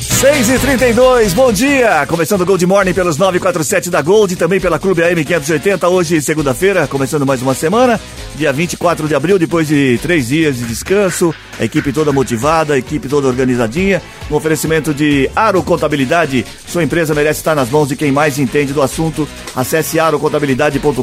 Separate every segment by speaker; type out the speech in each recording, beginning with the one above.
Speaker 1: Seis e trinta e dois, bom dia! Começando o Gold Morning pelos 947 da Gold, também pela Clube AM 580, hoje segunda-feira, começando mais uma semana, dia 24 de abril, depois de três dias de descanso, a equipe toda motivada, a equipe toda organizadinha, um oferecimento de Aro Contabilidade, sua empresa merece estar nas mãos de quem mais entende do assunto, acesse arocontabilidade.com.br.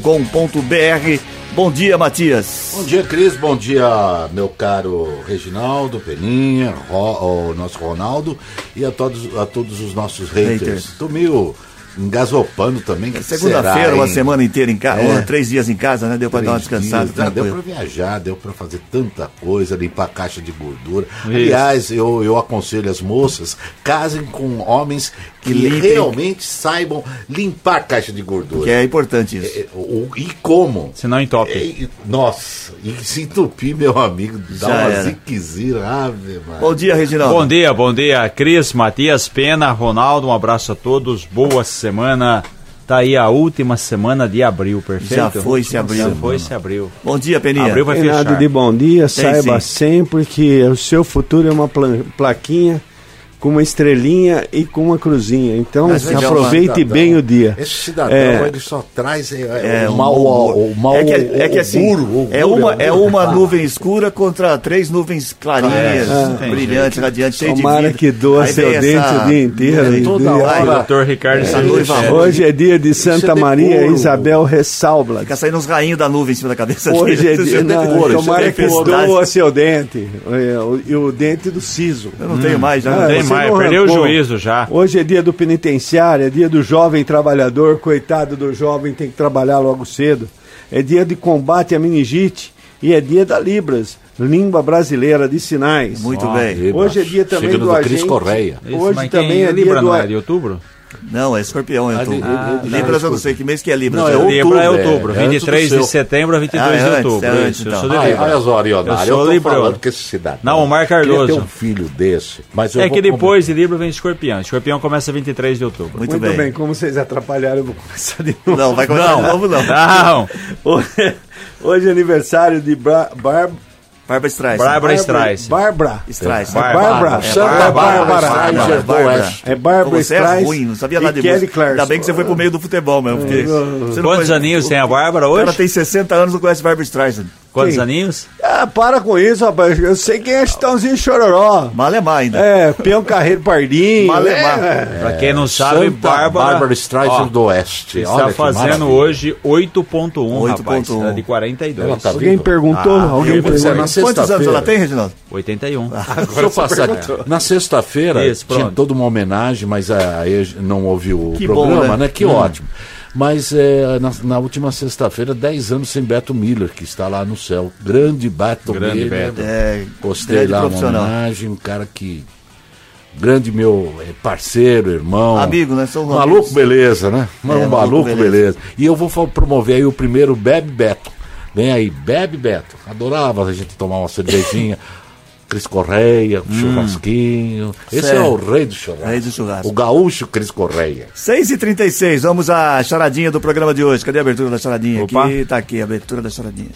Speaker 1: Bom dia, Matias!
Speaker 2: Bom dia, Cris. Bom dia, meu caro Reginaldo, Peninha, Ro- o nosso Ronaldo e a todos, a todos os nossos haters.
Speaker 1: Haters.
Speaker 2: Tô meio engasopando também. que
Speaker 1: Segunda-feira,
Speaker 2: será,
Speaker 1: uma
Speaker 2: hein?
Speaker 1: semana inteira em casa,
Speaker 2: É.
Speaker 1: ou três dias em casa, né? Deu pra dar uma
Speaker 2: Três dias,
Speaker 1: descansada.
Speaker 2: né? Deu
Speaker 1: tranquilo.
Speaker 2: para viajar, deu para fazer tanta coisa, limpar a caixa de gordura. Aliás, eu, eu aconselho as moças, casem com homens que
Speaker 1: Limpem.
Speaker 2: realmente saibam limpar a caixa de gordura.
Speaker 1: Que é importante isso.
Speaker 2: É, o- e como?
Speaker 3: Senão entope.
Speaker 2: É, e- nossa, e se entupir, meu amigo, dá
Speaker 1: Já
Speaker 2: uma
Speaker 1: era.
Speaker 2: ziquezira, ave, mano.
Speaker 1: Bom dia, Reginaldo.
Speaker 3: Bom dia, bom dia, Cris, Matias, Pena, Ronaldo, um abraço a todos, boa semana. Tá aí a última semana de abril, perfeito?
Speaker 1: Já foi esse abril.
Speaker 3: Já foi esse abril.
Speaker 1: Bom dia, Peninha.
Speaker 3: Abril vai
Speaker 4: Reinaldo
Speaker 3: fechar.
Speaker 4: de bom dia, saiba
Speaker 1: sim.
Speaker 4: sempre que o seu futuro é uma plan- plaquinha com uma estrelinha e com uma cruzinha. Então
Speaker 1: Mas veja,
Speaker 4: aproveite
Speaker 2: cidadão,
Speaker 4: bem o dia.
Speaker 2: Esse cidadão,
Speaker 4: É.
Speaker 2: ele só traz é,
Speaker 1: É
Speaker 2: é, o
Speaker 1: um-
Speaker 2: mal, o, o mal,
Speaker 1: é que, é que
Speaker 2: o
Speaker 1: assim,
Speaker 2: guro, o né? Tá.
Speaker 1: é
Speaker 2: guro,
Speaker 1: uma,
Speaker 2: o
Speaker 1: é
Speaker 2: guro.
Speaker 1: uma nuvem escura contra três nuvens clarinhas,
Speaker 3: É, é,
Speaker 1: brilhantes, radiantes, cheias de
Speaker 4: Tomara
Speaker 1: vida.
Speaker 4: que doa
Speaker 1: Aí
Speaker 4: seu
Speaker 1: vem
Speaker 4: dente o dia inteiro,
Speaker 1: É, toda
Speaker 4: e dia-
Speaker 1: hora.
Speaker 3: Doutor Ricardo
Speaker 1: Essa noiva
Speaker 3: Sanduíche.
Speaker 1: roxa.
Speaker 4: Hoje é dia de Santa
Speaker 2: é
Speaker 4: Maria
Speaker 2: decoro.
Speaker 4: Isabel Ressalbla.
Speaker 1: Fica saindo uns rainhos da nuvem em cima da cabeça
Speaker 4: Hoje é
Speaker 1: dele.
Speaker 4: dia. Não,
Speaker 1: Isso é
Speaker 4: tomara que
Speaker 1: tempestade.
Speaker 4: doa seu dente. é, o- E o dente do siso.
Speaker 1: Eu não tenho mais, já.
Speaker 4: Ah,
Speaker 3: tem
Speaker 4: você
Speaker 3: mais,
Speaker 4: não
Speaker 3: perdeu o
Speaker 4: arrancou.
Speaker 3: juízo já.
Speaker 4: Hoje é dia do penitenciário, é dia do jovem trabalhador, coitado do jovem, tem que trabalhar logo cedo. É dia de combate à meningite e é dia da Libras, língua brasileira de sinais.
Speaker 1: Muito
Speaker 3: Ah,
Speaker 1: bem.
Speaker 2: Eba,
Speaker 4: Hoje é dia também
Speaker 2: chegando
Speaker 4: do
Speaker 2: do Cris
Speaker 4: agente-
Speaker 2: Correia.
Speaker 3: Isso,
Speaker 4: Hoje
Speaker 3: mas
Speaker 4: também
Speaker 3: quem
Speaker 4: é dia
Speaker 3: Libra,
Speaker 4: do-
Speaker 3: não é de outubro?
Speaker 1: Não, é escorpião. Eu tô...
Speaker 2: Ah, de- de- de-
Speaker 1: Libras eu não sei. Que mês que é Libras?
Speaker 2: Não, é
Speaker 1: Eu-
Speaker 2: outubro,
Speaker 3: Libra é
Speaker 2: é,
Speaker 3: outubro,
Speaker 2: é antes do
Speaker 3: 23
Speaker 2: seu.
Speaker 3: de setembro a 22
Speaker 1: Ah, é
Speaker 3: de
Speaker 1: antes,
Speaker 3: outubro.
Speaker 1: é antes,
Speaker 3: isso,
Speaker 1: então.
Speaker 3: eu sou de
Speaker 2: Ai,
Speaker 3: Libra.
Speaker 2: olha só,
Speaker 3: Eu
Speaker 2: Ariodário,
Speaker 3: sou
Speaker 2: eu, tô
Speaker 3: Libra.
Speaker 2: falando que esse cidadão.
Speaker 3: Não, Omar
Speaker 2: Queria ter
Speaker 3: Cardoso.
Speaker 2: um filho desse, mas eu
Speaker 3: É
Speaker 2: vou
Speaker 3: que
Speaker 2: comer.
Speaker 3: depois de Libra vem Escorpião. Escorpião começa 23 de outubro.
Speaker 1: Muito,
Speaker 4: Muito bem.
Speaker 1: bem.
Speaker 4: como vocês atrapalharam, eu vou começar de novo.
Speaker 1: Não, vai começar de novo, não.
Speaker 3: Não,
Speaker 4: Hoje, hoje é aniversário de Bra Bar
Speaker 1: Bárbara Streisand.
Speaker 3: Bárbara Streisand.
Speaker 4: Barbra.
Speaker 1: Streisand.
Speaker 3: Bárbara.
Speaker 4: Bárbara.
Speaker 1: É,
Speaker 2: Santa
Speaker 1: Bárbara.
Speaker 2: Bárbara,
Speaker 1: Bárbara.
Speaker 2: Ranger do
Speaker 1: Bárbara.
Speaker 2: Oeste.
Speaker 4: É Bárbara
Speaker 1: Você é
Speaker 4: Streisand
Speaker 1: ruim, não sabia
Speaker 4: e
Speaker 1: nada de
Speaker 4: Kelly
Speaker 1: música.
Speaker 4: Clarkson.
Speaker 1: Ainda bem que você foi pro meio do futebol mesmo. Porque você não
Speaker 3: Quantos
Speaker 1: conhece-
Speaker 3: aninhos tem a Bárbara
Speaker 1: Ela
Speaker 3: hoje?
Speaker 1: tem 60 anos e não conhece Barbara Streisand.
Speaker 3: Quantos
Speaker 4: Quem?
Speaker 3: aninhos?
Speaker 4: Ah, para com isso, rapaz. Eu sei quem é Chitãozinho Chororó.
Speaker 1: Malemar ainda.
Speaker 4: É, Peão Carreiro Pardinho.
Speaker 1: Malemar.
Speaker 4: É.
Speaker 3: Pra quem não sabe,
Speaker 2: Santa
Speaker 3: Bárbara,
Speaker 2: Bárbara Streisand
Speaker 3: ó,
Speaker 2: do Oeste. Olha
Speaker 3: está
Speaker 2: que
Speaker 3: fazendo
Speaker 2: maravilha.
Speaker 3: hoje 8.1, rapaz.
Speaker 1: 8.1.
Speaker 3: Tá de
Speaker 2: Ela
Speaker 3: 42.
Speaker 2: tá
Speaker 4: Alguém
Speaker 2: viva.
Speaker 4: perguntou?
Speaker 3: Ah,
Speaker 4: alguém
Speaker 2: eu vou dizer,
Speaker 4: perguntou?
Speaker 2: na
Speaker 1: Quantos anos
Speaker 2: sexta-feira-
Speaker 1: ela tem, Reginaldo?
Speaker 3: 81.
Speaker 2: Deixa eu passar aqui. Na sexta-feira
Speaker 3: Isso,
Speaker 2: tinha
Speaker 3: pronto.
Speaker 2: toda uma homenagem, mas ah, aí a gente não ouviu o
Speaker 1: Que bom,
Speaker 2: programa,
Speaker 1: né?
Speaker 2: né? Que ótimo. Mas eh, na, na última sexta-feira, 10 anos sem Beto Miller, que está lá no céu. Grande Beto
Speaker 3: Grande
Speaker 2: Miller.
Speaker 3: Beto.
Speaker 1: É,
Speaker 2: Postei
Speaker 1: grande
Speaker 2: lá uma
Speaker 1: profissional.
Speaker 2: homenagem, um cara que. Grande meu eh, parceiro, irmão.
Speaker 1: Amigo, né? São
Speaker 2: Maluco,
Speaker 1: amigos.
Speaker 2: beleza, né? Mano,
Speaker 1: É,
Speaker 2: um
Speaker 1: maluco,
Speaker 2: maluco,
Speaker 1: beleza.
Speaker 2: beleza. E eu vou fa- promover aí o primeiro Bebe Beto. Vem aí, Bebe Beto. Adorava a gente tomar uma cervejinha. Cris Correia,
Speaker 5: Hum.
Speaker 2: churrasquinho. Esse
Speaker 1: Certo.
Speaker 2: é o rei do churrasco.
Speaker 1: Rei do churrasco.
Speaker 2: O gaúcho Cris Correia.
Speaker 1: 6h36, vamos à charadinha do programa de hoje. Cadê a abertura da charadinha?
Speaker 3: Opa.
Speaker 1: Aqui, tá aqui, a abertura da charadinha.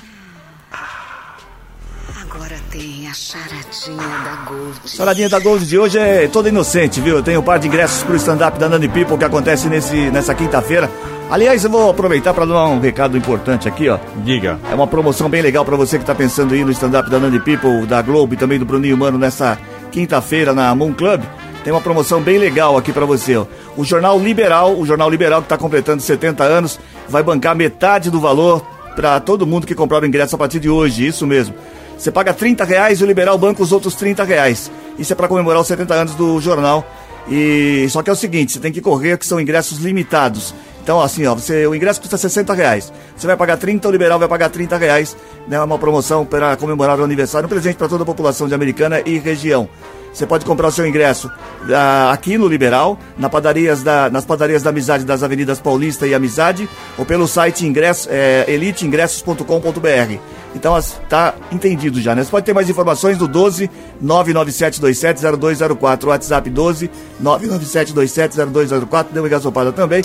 Speaker 6: Agora tem a charadinha da Gold.
Speaker 1: Charadinha da Gold de hoje é toda inocente, viu? Eu tenho um par de ingressos pro stand-up da Nani People que acontece nesse, nessa quinta-feira. Aliás, eu vou aproveitar para dar um recado importante aqui, ó.
Speaker 3: Diga.
Speaker 1: É uma promoção bem legal pra você que tá pensando em ir no stand-up da Nani People, da Globo e também do Bruninho Mano nessa quinta-feira na Moon Club. Tem uma promoção bem legal aqui pra você. Ó. O Jornal Liberal, o Jornal Liberal que tá completando 70 anos, vai bancar metade do valor pra todo mundo que comprar o ingresso a partir de hoje, isso mesmo. Você paga 30 reais e o Liberal banca os outros 30 reais. Isso é pra comemorar os 70 anos do jornal. E só que é o seguinte, você tem que correr que são ingressos limitados. Então, assim, ó, você, o ingresso custa 60 reais. Você vai pagar 30, o liberal vai pagar 30 reais. É né, uma promoção para comemorar o aniversário, um presente para toda a população de Americana e região. Você pode comprar o seu ingresso ah, aqui no Liberal, na padarias da- nas padarias da Amizade das Avenidas Paulista e Amizade, ou pelo site ingresso, eh, eliteingressos.com.br. Então as- tá entendido já, né? Você pode ter mais informações no 12 997270204, WhatsApp 12 997270204, deu uma engassopada também.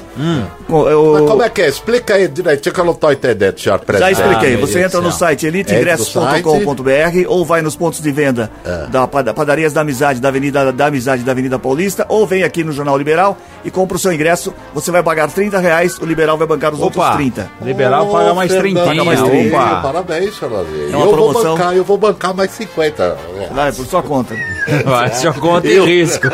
Speaker 1: Com- eu-
Speaker 5: Mas como é que é? Explica aí direitinho que eu não tô entendendo, senhor
Speaker 1: já
Speaker 5: presidente.
Speaker 1: expliquei.
Speaker 3: Ah,
Speaker 1: Você
Speaker 3: beleza.
Speaker 1: entra no site eliteingressos.com.br ou vai nos pontos de venda
Speaker 3: É.
Speaker 1: da Pad- Padarias da Amizade, da Avenida da Amizade, da Avenida Paulista, ou vem aqui no Jornal Liberal e compra o seu ingresso. Você vai pagar 30 reais, o Liberal vai bancar os outros
Speaker 3: Opa,
Speaker 1: 30.
Speaker 3: liberal paga mais
Speaker 5: Fernando, paga
Speaker 3: 30.
Speaker 5: mais 30.
Speaker 3: Opa,
Speaker 5: Parabéns, senhor Lazinho.
Speaker 1: É uma
Speaker 5: eu vou
Speaker 1: promoção.
Speaker 5: bancar, eu vou bancar mais 50. né?
Speaker 1: Vai, por sua conta.
Speaker 3: vai, só conta e risco.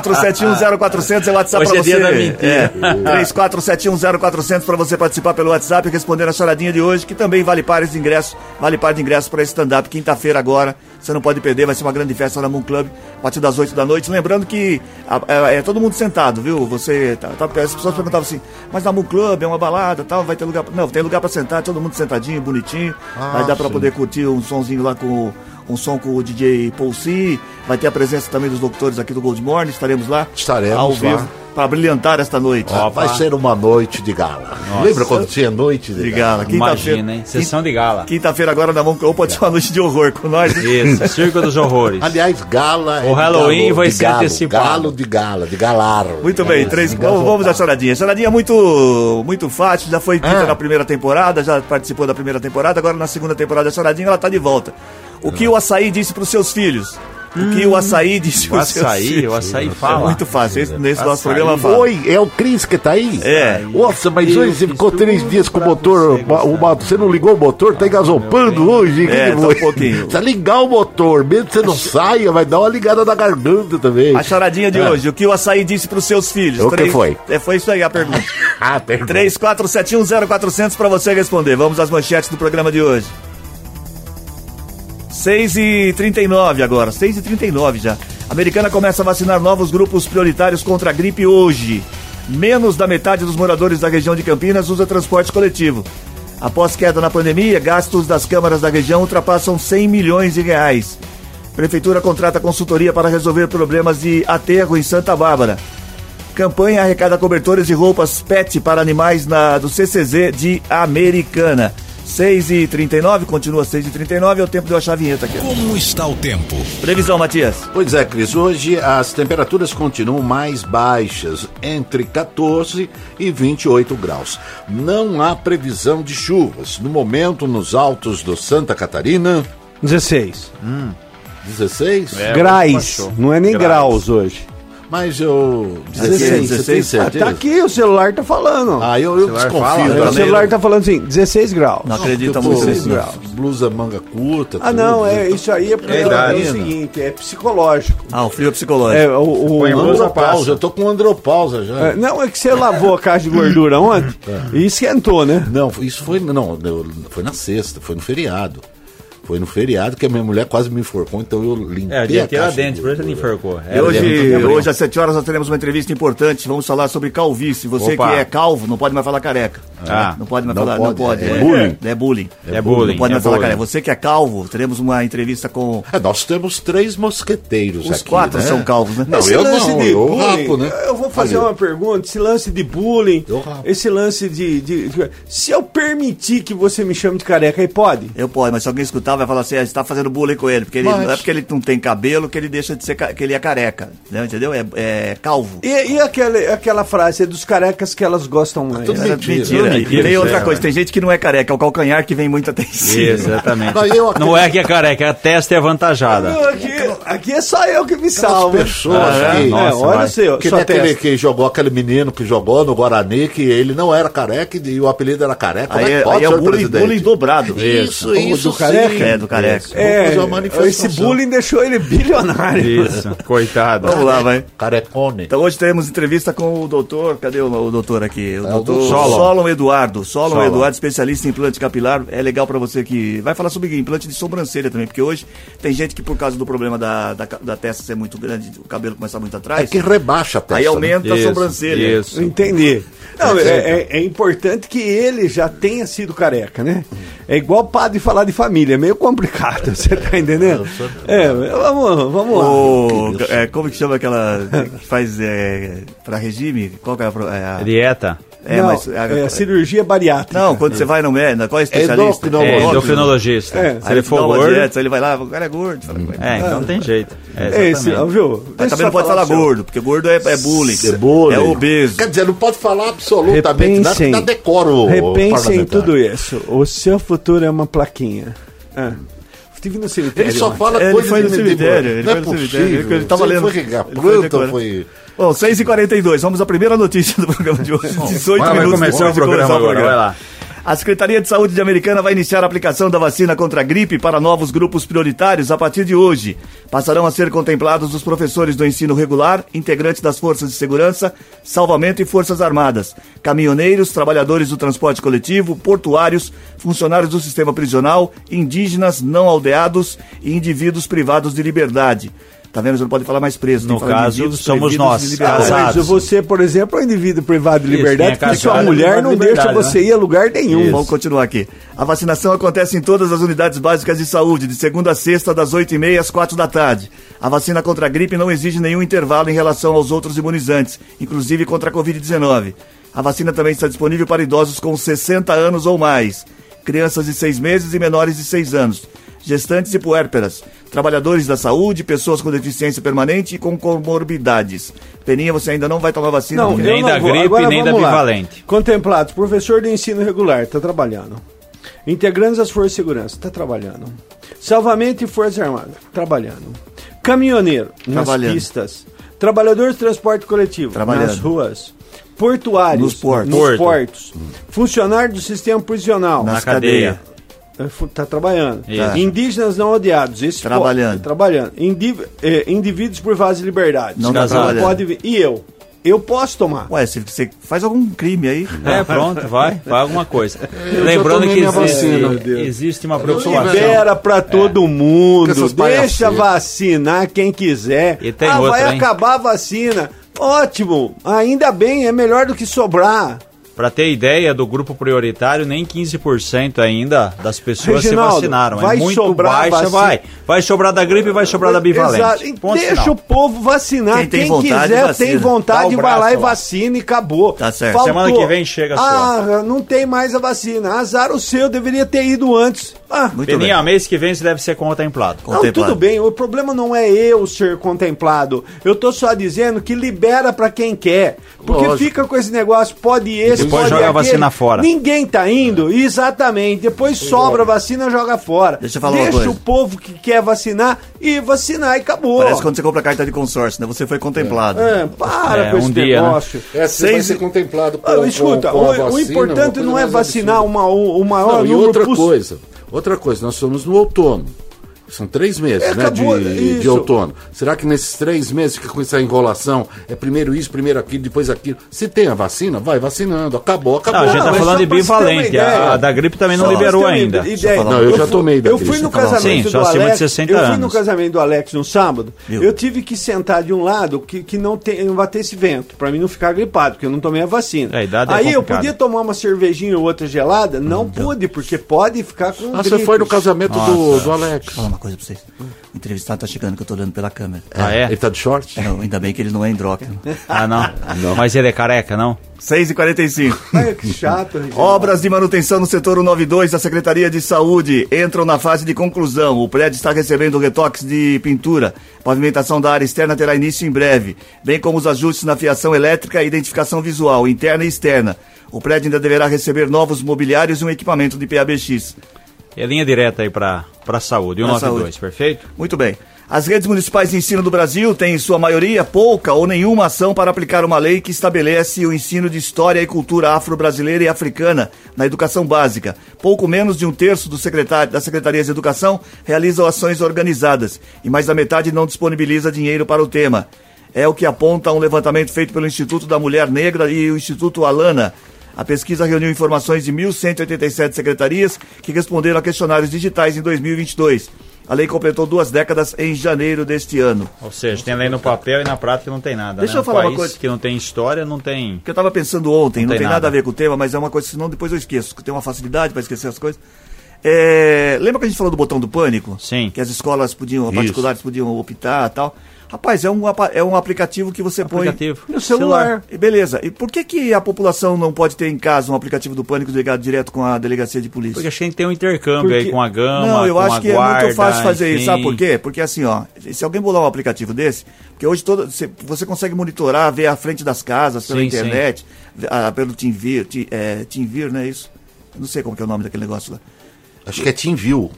Speaker 1: 34710400 é o WhatsApp
Speaker 3: Hoje
Speaker 1: pra você.
Speaker 3: é dia da mentira.
Speaker 1: É. 34710400 pra você participar pelo WhatsApp e responder a choradinha de hoje, que também vale pares de ingressos, vale par de ingressos pra esse stand-up quinta-feira agora. Você não pode perder, vai ser uma grande festa na Moon Club, a partir das 8 da noite. Lembrando que a- é, é todo mundo sentado, viu? Você tá, tá- as pessoas perguntavam assim, mas na Moon Club é uma balada, tal, vai ter lugar. pra-" Não, tem lugar pra sentar, todo mundo sentadinho, bonitinho.
Speaker 5: Ah,
Speaker 1: vai dar pra poder curtir um sonzinho lá com o- um som com o DJ Paul C. Vai ter a presença também dos locutores aqui do Gold Morning, estaremos lá.
Speaker 5: Estaremos
Speaker 1: ao
Speaker 5: lá.
Speaker 1: vivo para brilhantar esta noite.
Speaker 5: Ah, vai ser uma noite de gala. Lembra quando tinha noite de,
Speaker 1: de
Speaker 5: gala?
Speaker 1: gala. Quinta-feira.
Speaker 3: Imagina, hein? Sessão de gala.
Speaker 1: Quinta-feira agora na mão ou pode ser uma noite de horror com nós. né?
Speaker 3: Isso, Circo dos Horrores.
Speaker 5: Aliás, gala. é
Speaker 3: O
Speaker 5: de
Speaker 3: Halloween vai
Speaker 5: de
Speaker 3: ser antecipado.
Speaker 5: Galo de gala, de galar.
Speaker 1: Muito
Speaker 3: É
Speaker 1: bem, três. Vamos, vamos à choradinha. Choradinha é muito, muito fácil, já foi
Speaker 3: Ah.
Speaker 1: dita na primeira temporada, já participou da primeira temporada, agora na segunda temporada a choradinha ela tá de volta. O que o açaí disse para os seus filhos? O que o açaí disse
Speaker 3: Hum. O
Speaker 1: para os seus
Speaker 3: açaí,
Speaker 1: filhos?
Speaker 3: o açaí
Speaker 1: É
Speaker 3: fala.
Speaker 1: muito fácil. Esse, nesse nosso
Speaker 3: Açaí.
Speaker 1: programa fala.
Speaker 5: Oi, é o Cris que tá aí?
Speaker 1: É.
Speaker 5: Nossa, mas
Speaker 3: Eu
Speaker 5: hoje
Speaker 3: fiz
Speaker 5: ficou três
Speaker 3: tudo
Speaker 5: dias com o
Speaker 3: pra
Speaker 5: motor.
Speaker 3: você
Speaker 5: ma- o
Speaker 3: gostar.
Speaker 5: ma- Você não ligou o motor? Tá engasopando hoje?
Speaker 1: É,
Speaker 5: que
Speaker 1: tá um
Speaker 5: foi?
Speaker 1: pouquinho.
Speaker 5: Precisa ligar o motor, mesmo que você não saia, vai dar uma ligada na garganta também.
Speaker 1: A choradinha de
Speaker 3: Ah.
Speaker 5: É.
Speaker 1: hoje, o que o açaí disse para os seus filhos?
Speaker 5: O que
Speaker 1: Três-
Speaker 5: foi?
Speaker 1: É, foi isso aí a pergunta.
Speaker 5: Ah, perdão.
Speaker 1: 34710400 para você responder. Vamos às manchetes do programa de hoje. 6h39 agora, 6h39 já. A americana começa a vacinar novos grupos prioritários contra a gripe hoje. Menos da metade dos moradores da região de Campinas usa transporte coletivo. Após queda na pandemia, gastos das câmaras da região ultrapassam 100 milhões de reais. Prefeitura contrata consultoria para resolver problemas de aterro em Santa Bárbara. Campanha arrecada cobertores de roupas PET para animais na, do CCZ de Americana. 6h39, continua 6h39, é o tempo de eu achar a vinheta aqui.
Speaker 7: Como está o tempo?
Speaker 1: Previsão, Matias.
Speaker 2: Pois é, Cris, hoje as temperaturas continuam mais baixas, entre 14 e 28 graus. Não há previsão de chuvas. No momento, nos altos do Santa Catarina,
Speaker 4: 16.
Speaker 2: 16,
Speaker 3: É,
Speaker 4: Grais.
Speaker 3: baixou.
Speaker 4: Não é nem
Speaker 3: Grais.
Speaker 4: graus hoje.
Speaker 2: mas eu.
Speaker 4: 16,
Speaker 2: você tem
Speaker 4: Ah,
Speaker 2: certeza?
Speaker 4: tá aqui, o celular tá falando. ó.
Speaker 2: Ah, eu, eu
Speaker 3: Celular
Speaker 2: desconfio
Speaker 3: fala, né?
Speaker 2: também.
Speaker 4: o celular tá falando assim, 16 graus.
Speaker 1: Não acredita
Speaker 2: Eu tô
Speaker 1: tá muito
Speaker 2: com
Speaker 1: nisso.
Speaker 4: Sim. graus.
Speaker 2: Blusa manga curta.
Speaker 4: Ah, não, é isso aí é porque
Speaker 3: É
Speaker 4: é,
Speaker 3: idade,
Speaker 4: o
Speaker 2: né?
Speaker 4: seguinte, é psicológico.
Speaker 1: Ah, o frio é psicológico.
Speaker 4: É, o, o-
Speaker 3: Põe a
Speaker 4: o-
Speaker 3: blusa
Speaker 2: Andropausa, eu tô com andropausa já.
Speaker 4: é, não, é que você lavou a caixa de gordura ontem
Speaker 1: É.
Speaker 4: e esquentou, né?
Speaker 2: Não, isso foi. Não, eu- foi na sexta, foi no feriado. Foi no feriado que a minha mulher quase me enforcou, então eu limpei.
Speaker 3: É, o dia
Speaker 2: a caixa
Speaker 3: tirar dente,
Speaker 2: de
Speaker 3: por isso ele
Speaker 2: gordura.
Speaker 3: enforcou.
Speaker 1: E
Speaker 3: É,
Speaker 1: hoje,
Speaker 2: Gabriel.
Speaker 1: hoje às 7 horas nós teremos uma entrevista importante. Vamos falar sobre calvície. Você
Speaker 3: Opa.
Speaker 1: que é calvo, não pode mais falar careca.
Speaker 3: Ah.
Speaker 1: não pode mais
Speaker 2: Não
Speaker 1: falar, não
Speaker 2: pode,
Speaker 1: pode.
Speaker 2: é bullying.
Speaker 1: É bullying.
Speaker 3: É bullying,
Speaker 1: Não pode
Speaker 3: é
Speaker 1: mais falar
Speaker 3: bullying.
Speaker 1: careca. Você que é calvo, teremos uma entrevista com.
Speaker 2: É, nós temos três mosqueteiros
Speaker 1: Os
Speaker 2: aqui,
Speaker 1: quatro
Speaker 2: né?
Speaker 1: são calvos, né?
Speaker 2: Não,
Speaker 4: Esse
Speaker 2: eu
Speaker 4: lance
Speaker 2: não,
Speaker 4: de
Speaker 2: eu
Speaker 4: bullying,
Speaker 2: rapo, né?
Speaker 4: Eu vou fazer
Speaker 2: Olha,
Speaker 4: uma pergunta. Esse lance de bullying,
Speaker 2: Eu rapo.
Speaker 4: esse lance de, de- de- Se eu permitir que você me chame de careca, aí pode?
Speaker 1: Eu posso, mas se alguém escutar, vai falar assim: ah, você tá fazendo bullying com ele. Porque ele,
Speaker 2: Mas-
Speaker 1: não é porque ele não tem cabelo que ele deixa de ser. ca- que ele é careca. né, Entendeu? É, é calvo.
Speaker 4: E, e aquele- aquela frase, é dos carecas que elas gostam mais.
Speaker 2: Tá tudo
Speaker 1: Mas é
Speaker 2: mentira,
Speaker 1: mentira,
Speaker 3: né?
Speaker 1: e tem
Speaker 3: Isso,
Speaker 1: outra
Speaker 3: é,
Speaker 1: coisa, tem gente que não é careca, é o calcanhar que vem muito até em cima.
Speaker 3: Isso, exatamente.
Speaker 2: Não, eu
Speaker 3: Não é que é careca, a testa é avantajada.
Speaker 4: Não, aqui, aqui é só eu que me
Speaker 2: As
Speaker 4: salvo.
Speaker 2: pessoas
Speaker 3: Ah,
Speaker 1: assim, né?
Speaker 2: que,
Speaker 4: É,
Speaker 3: Nossa,
Speaker 4: olha
Speaker 3: vai.
Speaker 4: o seu,
Speaker 2: que nem
Speaker 4: sua
Speaker 2: aquele
Speaker 4: testa.
Speaker 2: que jogou, aquele menino que jogou no Guarani, que ele não era careca e o apelido era careca. Como
Speaker 1: Aí,
Speaker 2: é
Speaker 1: é-
Speaker 2: que pode,
Speaker 1: aí é
Speaker 2: senhor
Speaker 1: o bullying,
Speaker 2: presidente?
Speaker 1: bullying dobrado.
Speaker 2: Isso, isso.
Speaker 4: do careca?
Speaker 2: sim.
Speaker 1: É, do careca.
Speaker 2: Isso. Vamos
Speaker 4: É,
Speaker 2: fazer uma manifestação.
Speaker 4: esse bullying deixou ele bilionário.
Speaker 3: Isso, coitado.
Speaker 1: Vamos lá, vai.
Speaker 2: Carecone.
Speaker 1: Então hoje temos entrevista com o doutor, cadê o, o doutor aqui? O doutor
Speaker 2: doutor
Speaker 1: Solon.
Speaker 3: Solon.
Speaker 1: Eduardo. Solon,
Speaker 3: Solon.
Speaker 1: Eduardo, especialista em implante capilar. É legal pra você que vai falar sobre implante de sobrancelha também, porque hoje tem gente que por causa do problema da, da, ca- da testa ser muito grande, o cabelo começar muito
Speaker 2: É
Speaker 1: atrás,
Speaker 2: que rebaixa a testa.
Speaker 1: aí é
Speaker 2: né?
Speaker 1: aumenta a
Speaker 3: Isso,
Speaker 1: sobrancelha.
Speaker 3: Isso.
Speaker 4: Entendi. Não, é, é- é importante que ele já tenha sido careca, né? É igual padre falar de família, é meio complicado, você tá entendendo? É, vamos, vamos lá.
Speaker 1: O, é, como que chama aquela que faz é, pra regime? Qual que é a, pro- é a-
Speaker 3: Dieta.
Speaker 1: É,
Speaker 4: não,
Speaker 1: mas-
Speaker 4: é cirurgia bariátrica.
Speaker 1: Não, quando você vai no médico, qual é especialista?
Speaker 2: endocrinologista.
Speaker 3: É,
Speaker 2: Óbvio.
Speaker 3: endocrinologista.
Speaker 4: É,
Speaker 3: Se ele
Speaker 1: Ele
Speaker 3: for
Speaker 1: dá uma
Speaker 3: gordo.
Speaker 1: dieta, ele vai lá, o cara é gordo. Fala, "Ué,
Speaker 3: É, então não tem jeito. É,
Speaker 4: É esse,
Speaker 3: exatamente.
Speaker 4: viu?
Speaker 1: Mas
Speaker 4: Deixa
Speaker 1: também
Speaker 4: eu
Speaker 1: não pode falar
Speaker 4: seu-
Speaker 1: gordo, porque gordo é, é bullying.
Speaker 2: É bullying.
Speaker 1: É obeso.
Speaker 2: Quer dizer, não pode falar absolutamente nada,
Speaker 4: Repensem.
Speaker 2: nada é decoro.
Speaker 4: Repensem
Speaker 2: parlamentar.
Speaker 4: tudo isso. O seu futuro é uma plaquinha. Ah. Estive no cemitério.
Speaker 2: Ele só
Speaker 4: ontem.
Speaker 2: fala
Speaker 1: É, ele
Speaker 2: coisas
Speaker 1: foi no
Speaker 2: de-
Speaker 1: cemitério, ele
Speaker 2: Não é
Speaker 1: foi no
Speaker 2: possível.
Speaker 1: cemitério, ele- ele tava
Speaker 2: Se
Speaker 1: lendo.
Speaker 2: Foi regar
Speaker 1: Ele foi
Speaker 2: planta,
Speaker 1: decorando.
Speaker 2: foi...
Speaker 1: Bom, 6h42, vamos à primeira notícia do programa de hoje. 18
Speaker 3: Vai, vai
Speaker 1: minutos
Speaker 3: começar
Speaker 1: depois
Speaker 3: o programa
Speaker 1: de começar o
Speaker 3: agora, vai lá.
Speaker 1: A Secretaria de Saúde de Americana vai iniciar a aplicação da vacina contra a gripe para novos grupos prioritários a partir de hoje. Passarão a ser contemplados os professores do ensino regular, integrantes das forças de segurança, salvamento e forças armadas, caminhoneiros, trabalhadores do transporte coletivo, portuários, funcionários do sistema prisional, indígenas, não aldeados e indivíduos privados de liberdade. Tá vendo? Você não pode falar mais preso. tem
Speaker 3: No
Speaker 1: que falar de
Speaker 3: caso,
Speaker 1: indivíduos
Speaker 3: somos
Speaker 1: proibidos
Speaker 3: nós,
Speaker 1: de
Speaker 4: Ah,
Speaker 1: liberdade.
Speaker 4: mas
Speaker 3: casados.
Speaker 4: você, por exemplo, é um indivíduo privado de
Speaker 3: Isso,
Speaker 4: liberdade,
Speaker 3: tem a
Speaker 4: porque sua
Speaker 3: carteira
Speaker 4: mulher
Speaker 3: privada
Speaker 4: não
Speaker 3: de
Speaker 4: deixa
Speaker 3: liberdade,
Speaker 4: você ir a lugar nenhum.
Speaker 1: Vamos continuar aqui. A vacinação acontece em todas as unidades básicas de saúde, de segunda a sexta, das 8h30 às 4 da tarde. A vacina contra a gripe não exige nenhum intervalo em relação aos outros imunizantes, inclusive contra a Covid-19. A vacina também está disponível para idosos com 60 anos ou mais, crianças de 6 meses e menores de 6 anos, gestantes e puérperas, trabalhadores da saúde, pessoas com deficiência permanente e com comorbidades. Peninha, você ainda não vai tomar vacina?
Speaker 4: Não,
Speaker 1: Peninha?
Speaker 4: eu
Speaker 3: Nem
Speaker 4: não
Speaker 3: da
Speaker 4: vou.
Speaker 3: gripe,
Speaker 4: Agora
Speaker 3: nem da
Speaker 4: vamos lá.
Speaker 3: bivalente.
Speaker 4: Contemplados, professor de ensino regular, está trabalhando. Integrantes das Forças de Segurança, está trabalhando. Salvamento e Forças Armadas, trabalhando. Caminhoneiro, nas
Speaker 1: Trabalhando.
Speaker 4: pistas. Trabalhadores de transporte coletivo,
Speaker 1: Trabalhando.
Speaker 4: nas ruas. Portuários,
Speaker 1: Nos portos.
Speaker 4: nos
Speaker 3: Porto.
Speaker 4: portos. Funcionário do sistema prisional,
Speaker 3: Na
Speaker 1: Nas
Speaker 3: cadeia.
Speaker 4: é, fu- Tá trabalhando.
Speaker 3: Isso.
Speaker 4: Indígenas não odiados. Esse
Speaker 1: Trabalhando.
Speaker 4: pode, trabalhando. Indiv- eh, indivíduos privados de liberdade.
Speaker 1: Não tá trabalhando.
Speaker 4: pode vir. E eu? Eu posso tomar.
Speaker 1: Ué, se você faz algum crime aí.
Speaker 3: É, pronto, vai, vai alguma coisa.
Speaker 2: já
Speaker 3: Lembrando
Speaker 2: tomei
Speaker 3: que
Speaker 2: minha
Speaker 3: existe,
Speaker 2: vacina.
Speaker 4: Meu Deus.
Speaker 3: existe uma preocupação.
Speaker 4: Libera pra todo mundo.
Speaker 2: essas
Speaker 4: Deixa
Speaker 2: palhaçadas.
Speaker 4: vacinar quem quiser.
Speaker 3: E tem
Speaker 4: ah, vai
Speaker 3: outra, hein?
Speaker 4: acabar a vacina. Ótimo. Ainda bem, é melhor do que sobrar.
Speaker 3: Para ter ideia do grupo prioritário, nem 15% ainda das pessoas
Speaker 4: Reginaldo,
Speaker 3: se vacinaram.
Speaker 4: vai
Speaker 3: é muito
Speaker 4: sobrar
Speaker 3: baixa,
Speaker 4: vacina.
Speaker 3: vai. Vai sobrar da gripe e vai sobrar da
Speaker 4: Exato.
Speaker 3: bivalente.
Speaker 4: E
Speaker 3: Ponto
Speaker 4: Deixa
Speaker 3: final.
Speaker 4: o povo vacinar. Quem,
Speaker 1: Quem tem vontade,
Speaker 4: quiser,
Speaker 1: vacina.
Speaker 3: Dá
Speaker 4: tem
Speaker 3: o
Speaker 4: vontade, vai
Speaker 3: braço
Speaker 4: lá e
Speaker 3: lá.
Speaker 4: vacina e acabou.
Speaker 1: Tá certo.
Speaker 3: Semana que vem chega a sua.
Speaker 4: Ah, não tem mais a vacina. Azar o seu, deveria ter ido antes. Ah,
Speaker 1: Muito
Speaker 3: Peninha, mês que vem você deve ser contemplado.
Speaker 4: não,
Speaker 1: contemplado.
Speaker 4: tudo bem, o problema não é eu ser contemplado. Eu tô só dizendo que libera pra quem quer. Porque
Speaker 2: Lógico.
Speaker 4: fica com esse negócio, pode esse,
Speaker 3: Depois
Speaker 4: pode
Speaker 3: joga a
Speaker 4: aquele.
Speaker 3: vacina fora. É.
Speaker 4: Ninguém tá indo, exatamente. Depois sobra a vacina, joga fora.
Speaker 1: Deixa eu falar uma coisa.
Speaker 4: o povo que quer vacinar e vacinar e acabou.
Speaker 1: Parece quando você compra carta de consórcio, né? Você foi contemplado.
Speaker 4: É, para
Speaker 3: É,
Speaker 4: com
Speaker 3: um
Speaker 4: esse
Speaker 3: dia, né?
Speaker 4: negócio.
Speaker 2: É, você vai
Speaker 1: Seis-
Speaker 2: ser contemplado com,
Speaker 4: Ah, escuta,
Speaker 2: com- com a
Speaker 4: o, o
Speaker 2: vacina, uma
Speaker 4: importante
Speaker 2: coisa
Speaker 4: não é
Speaker 2: mais
Speaker 4: vacinar
Speaker 2: absurda.
Speaker 4: uma, o o maior
Speaker 2: Não, e
Speaker 4: número
Speaker 2: outra
Speaker 4: poss-
Speaker 2: coisa, outra coisa, nós somos no outono. São três meses,
Speaker 4: É,
Speaker 2: né?
Speaker 4: acabou,
Speaker 2: de, de
Speaker 4: isso.
Speaker 2: outono. Será que nesses três meses que com essa enrolação é primeiro isso, primeiro aquilo, depois aquilo? Se tem a vacina, vai vacinando. Acabou,
Speaker 3: Não,
Speaker 2: acabou.
Speaker 3: a gente tá
Speaker 4: mas
Speaker 3: falando
Speaker 4: só
Speaker 3: de
Speaker 4: pra você ter uma
Speaker 3: bivalente. A,
Speaker 4: ideia.
Speaker 3: a da gripe também não
Speaker 4: Só pra
Speaker 3: liberou
Speaker 4: você ter uma
Speaker 3: ainda.
Speaker 4: ide- ideia.
Speaker 1: falar uma
Speaker 2: Não, eu já
Speaker 4: fui-
Speaker 2: tomei
Speaker 4: Eu
Speaker 2: daquele,
Speaker 4: fui
Speaker 2: só
Speaker 4: no
Speaker 2: falar uma
Speaker 3: coisa. Sim,
Speaker 4: casamento do
Speaker 3: só acima de
Speaker 4: Alex.
Speaker 3: 60
Speaker 4: eu fui
Speaker 3: anos.
Speaker 4: no casamento do Alex no sábado.
Speaker 1: Viu?
Speaker 4: Eu tive que sentar de um lado que, que não, tem, não batesse vento, pra mim não ficar gripado, porque eu não tomei a vacina.
Speaker 3: É, a idade é
Speaker 4: Aí eu
Speaker 3: complicada.
Speaker 4: podia tomar uma cervejinha ou outra gelada? Não pude, porque pode ficar com
Speaker 2: Ah, você
Speaker 4: gripe.
Speaker 2: foi no casamento do, do Alex.
Speaker 1: Falar uma coisa pra vocês. O entrevistado tá chegando que eu tô olhando pela câmera.
Speaker 3: Ah, é?
Speaker 2: Ele tá de short?
Speaker 1: Não, ainda bem que ele não é endrócrino.
Speaker 3: Ah, não. Mas ele é careca, não?
Speaker 1: 6h45.
Speaker 4: Ai, que chato. Reginaldo.
Speaker 1: Obras de manutenção no setor 192 da Secretaria de Saúde entram na fase de conclusão. O prédio está recebendo retoques de pintura. Pavimentação da área externa terá início em breve, bem como os ajustes na fiação elétrica e identificação visual, interna e externa. O prédio ainda deverá receber novos mobiliários e um equipamento de PABX.
Speaker 3: É linha direta aí pra, pra saúde.
Speaker 1: Pra
Speaker 3: 192,
Speaker 1: saúde.
Speaker 3: perfeito?
Speaker 1: Muito bem. As redes municipais de ensino do Brasil têm, em sua maioria, pouca ou nenhuma ação para aplicar uma lei que estabelece o ensino de história e cultura afro-brasileira e africana na educação básica. Pouco menos de um terço do secretário, das secretarias de educação realizam ações organizadas e mais da metade não disponibiliza dinheiro para o tema. É o que aponta um levantamento feito pelo Instituto da Mulher Negra e o Instituto Alana, a pesquisa reuniu informações de 1.187 secretarias que responderam a questionários digitais em 2022. A lei completou duas décadas em janeiro deste ano.
Speaker 3: Ou seja, tem lei no papel e na prática não tem nada.
Speaker 1: Deixa
Speaker 3: né?
Speaker 1: eu falar
Speaker 3: um
Speaker 1: uma
Speaker 3: país
Speaker 1: coisa.
Speaker 3: que não tem história, não tem.
Speaker 1: O que eu estava pensando ontem, não,
Speaker 3: tem
Speaker 1: tem nada.
Speaker 3: nada
Speaker 1: a ver com o tema, mas é uma coisa, senão depois eu esqueço, que eu tenho uma facilidade para esquecer as coisas. É, lembra que a gente falou do botão do pânico?
Speaker 3: Sim.
Speaker 1: Que as escolas podiam, particulares podiam optar e tal. Rapaz, é um, apa- é um aplicativo que você
Speaker 3: Aplicativo.
Speaker 1: põe
Speaker 3: No celular.
Speaker 1: E beleza. E por que, que a população não pode ter em casa um aplicativo do pânico ligado direto com a delegacia de polícia?
Speaker 3: Porque a gente tem um intercâmbio
Speaker 4: Porque-
Speaker 3: aí com a gama,
Speaker 1: Não, eu
Speaker 3: com
Speaker 1: acho
Speaker 3: a
Speaker 1: que
Speaker 3: guarda,
Speaker 1: é muito fácil fazer isso. Sabe
Speaker 3: enfim.
Speaker 1: por quê? Porque assim, ó, se alguém bolar um aplicativo desse, porque hoje todo, cê- você consegue monitorar, ver a frente das casas pela
Speaker 3: Sim,
Speaker 1: internet, ver- ah, pelo TeamViewer, Ti- é, TeamViewer, não é isso? Eu Não sei como que é o nome daquele negócio lá.
Speaker 2: Acho que é TeamView.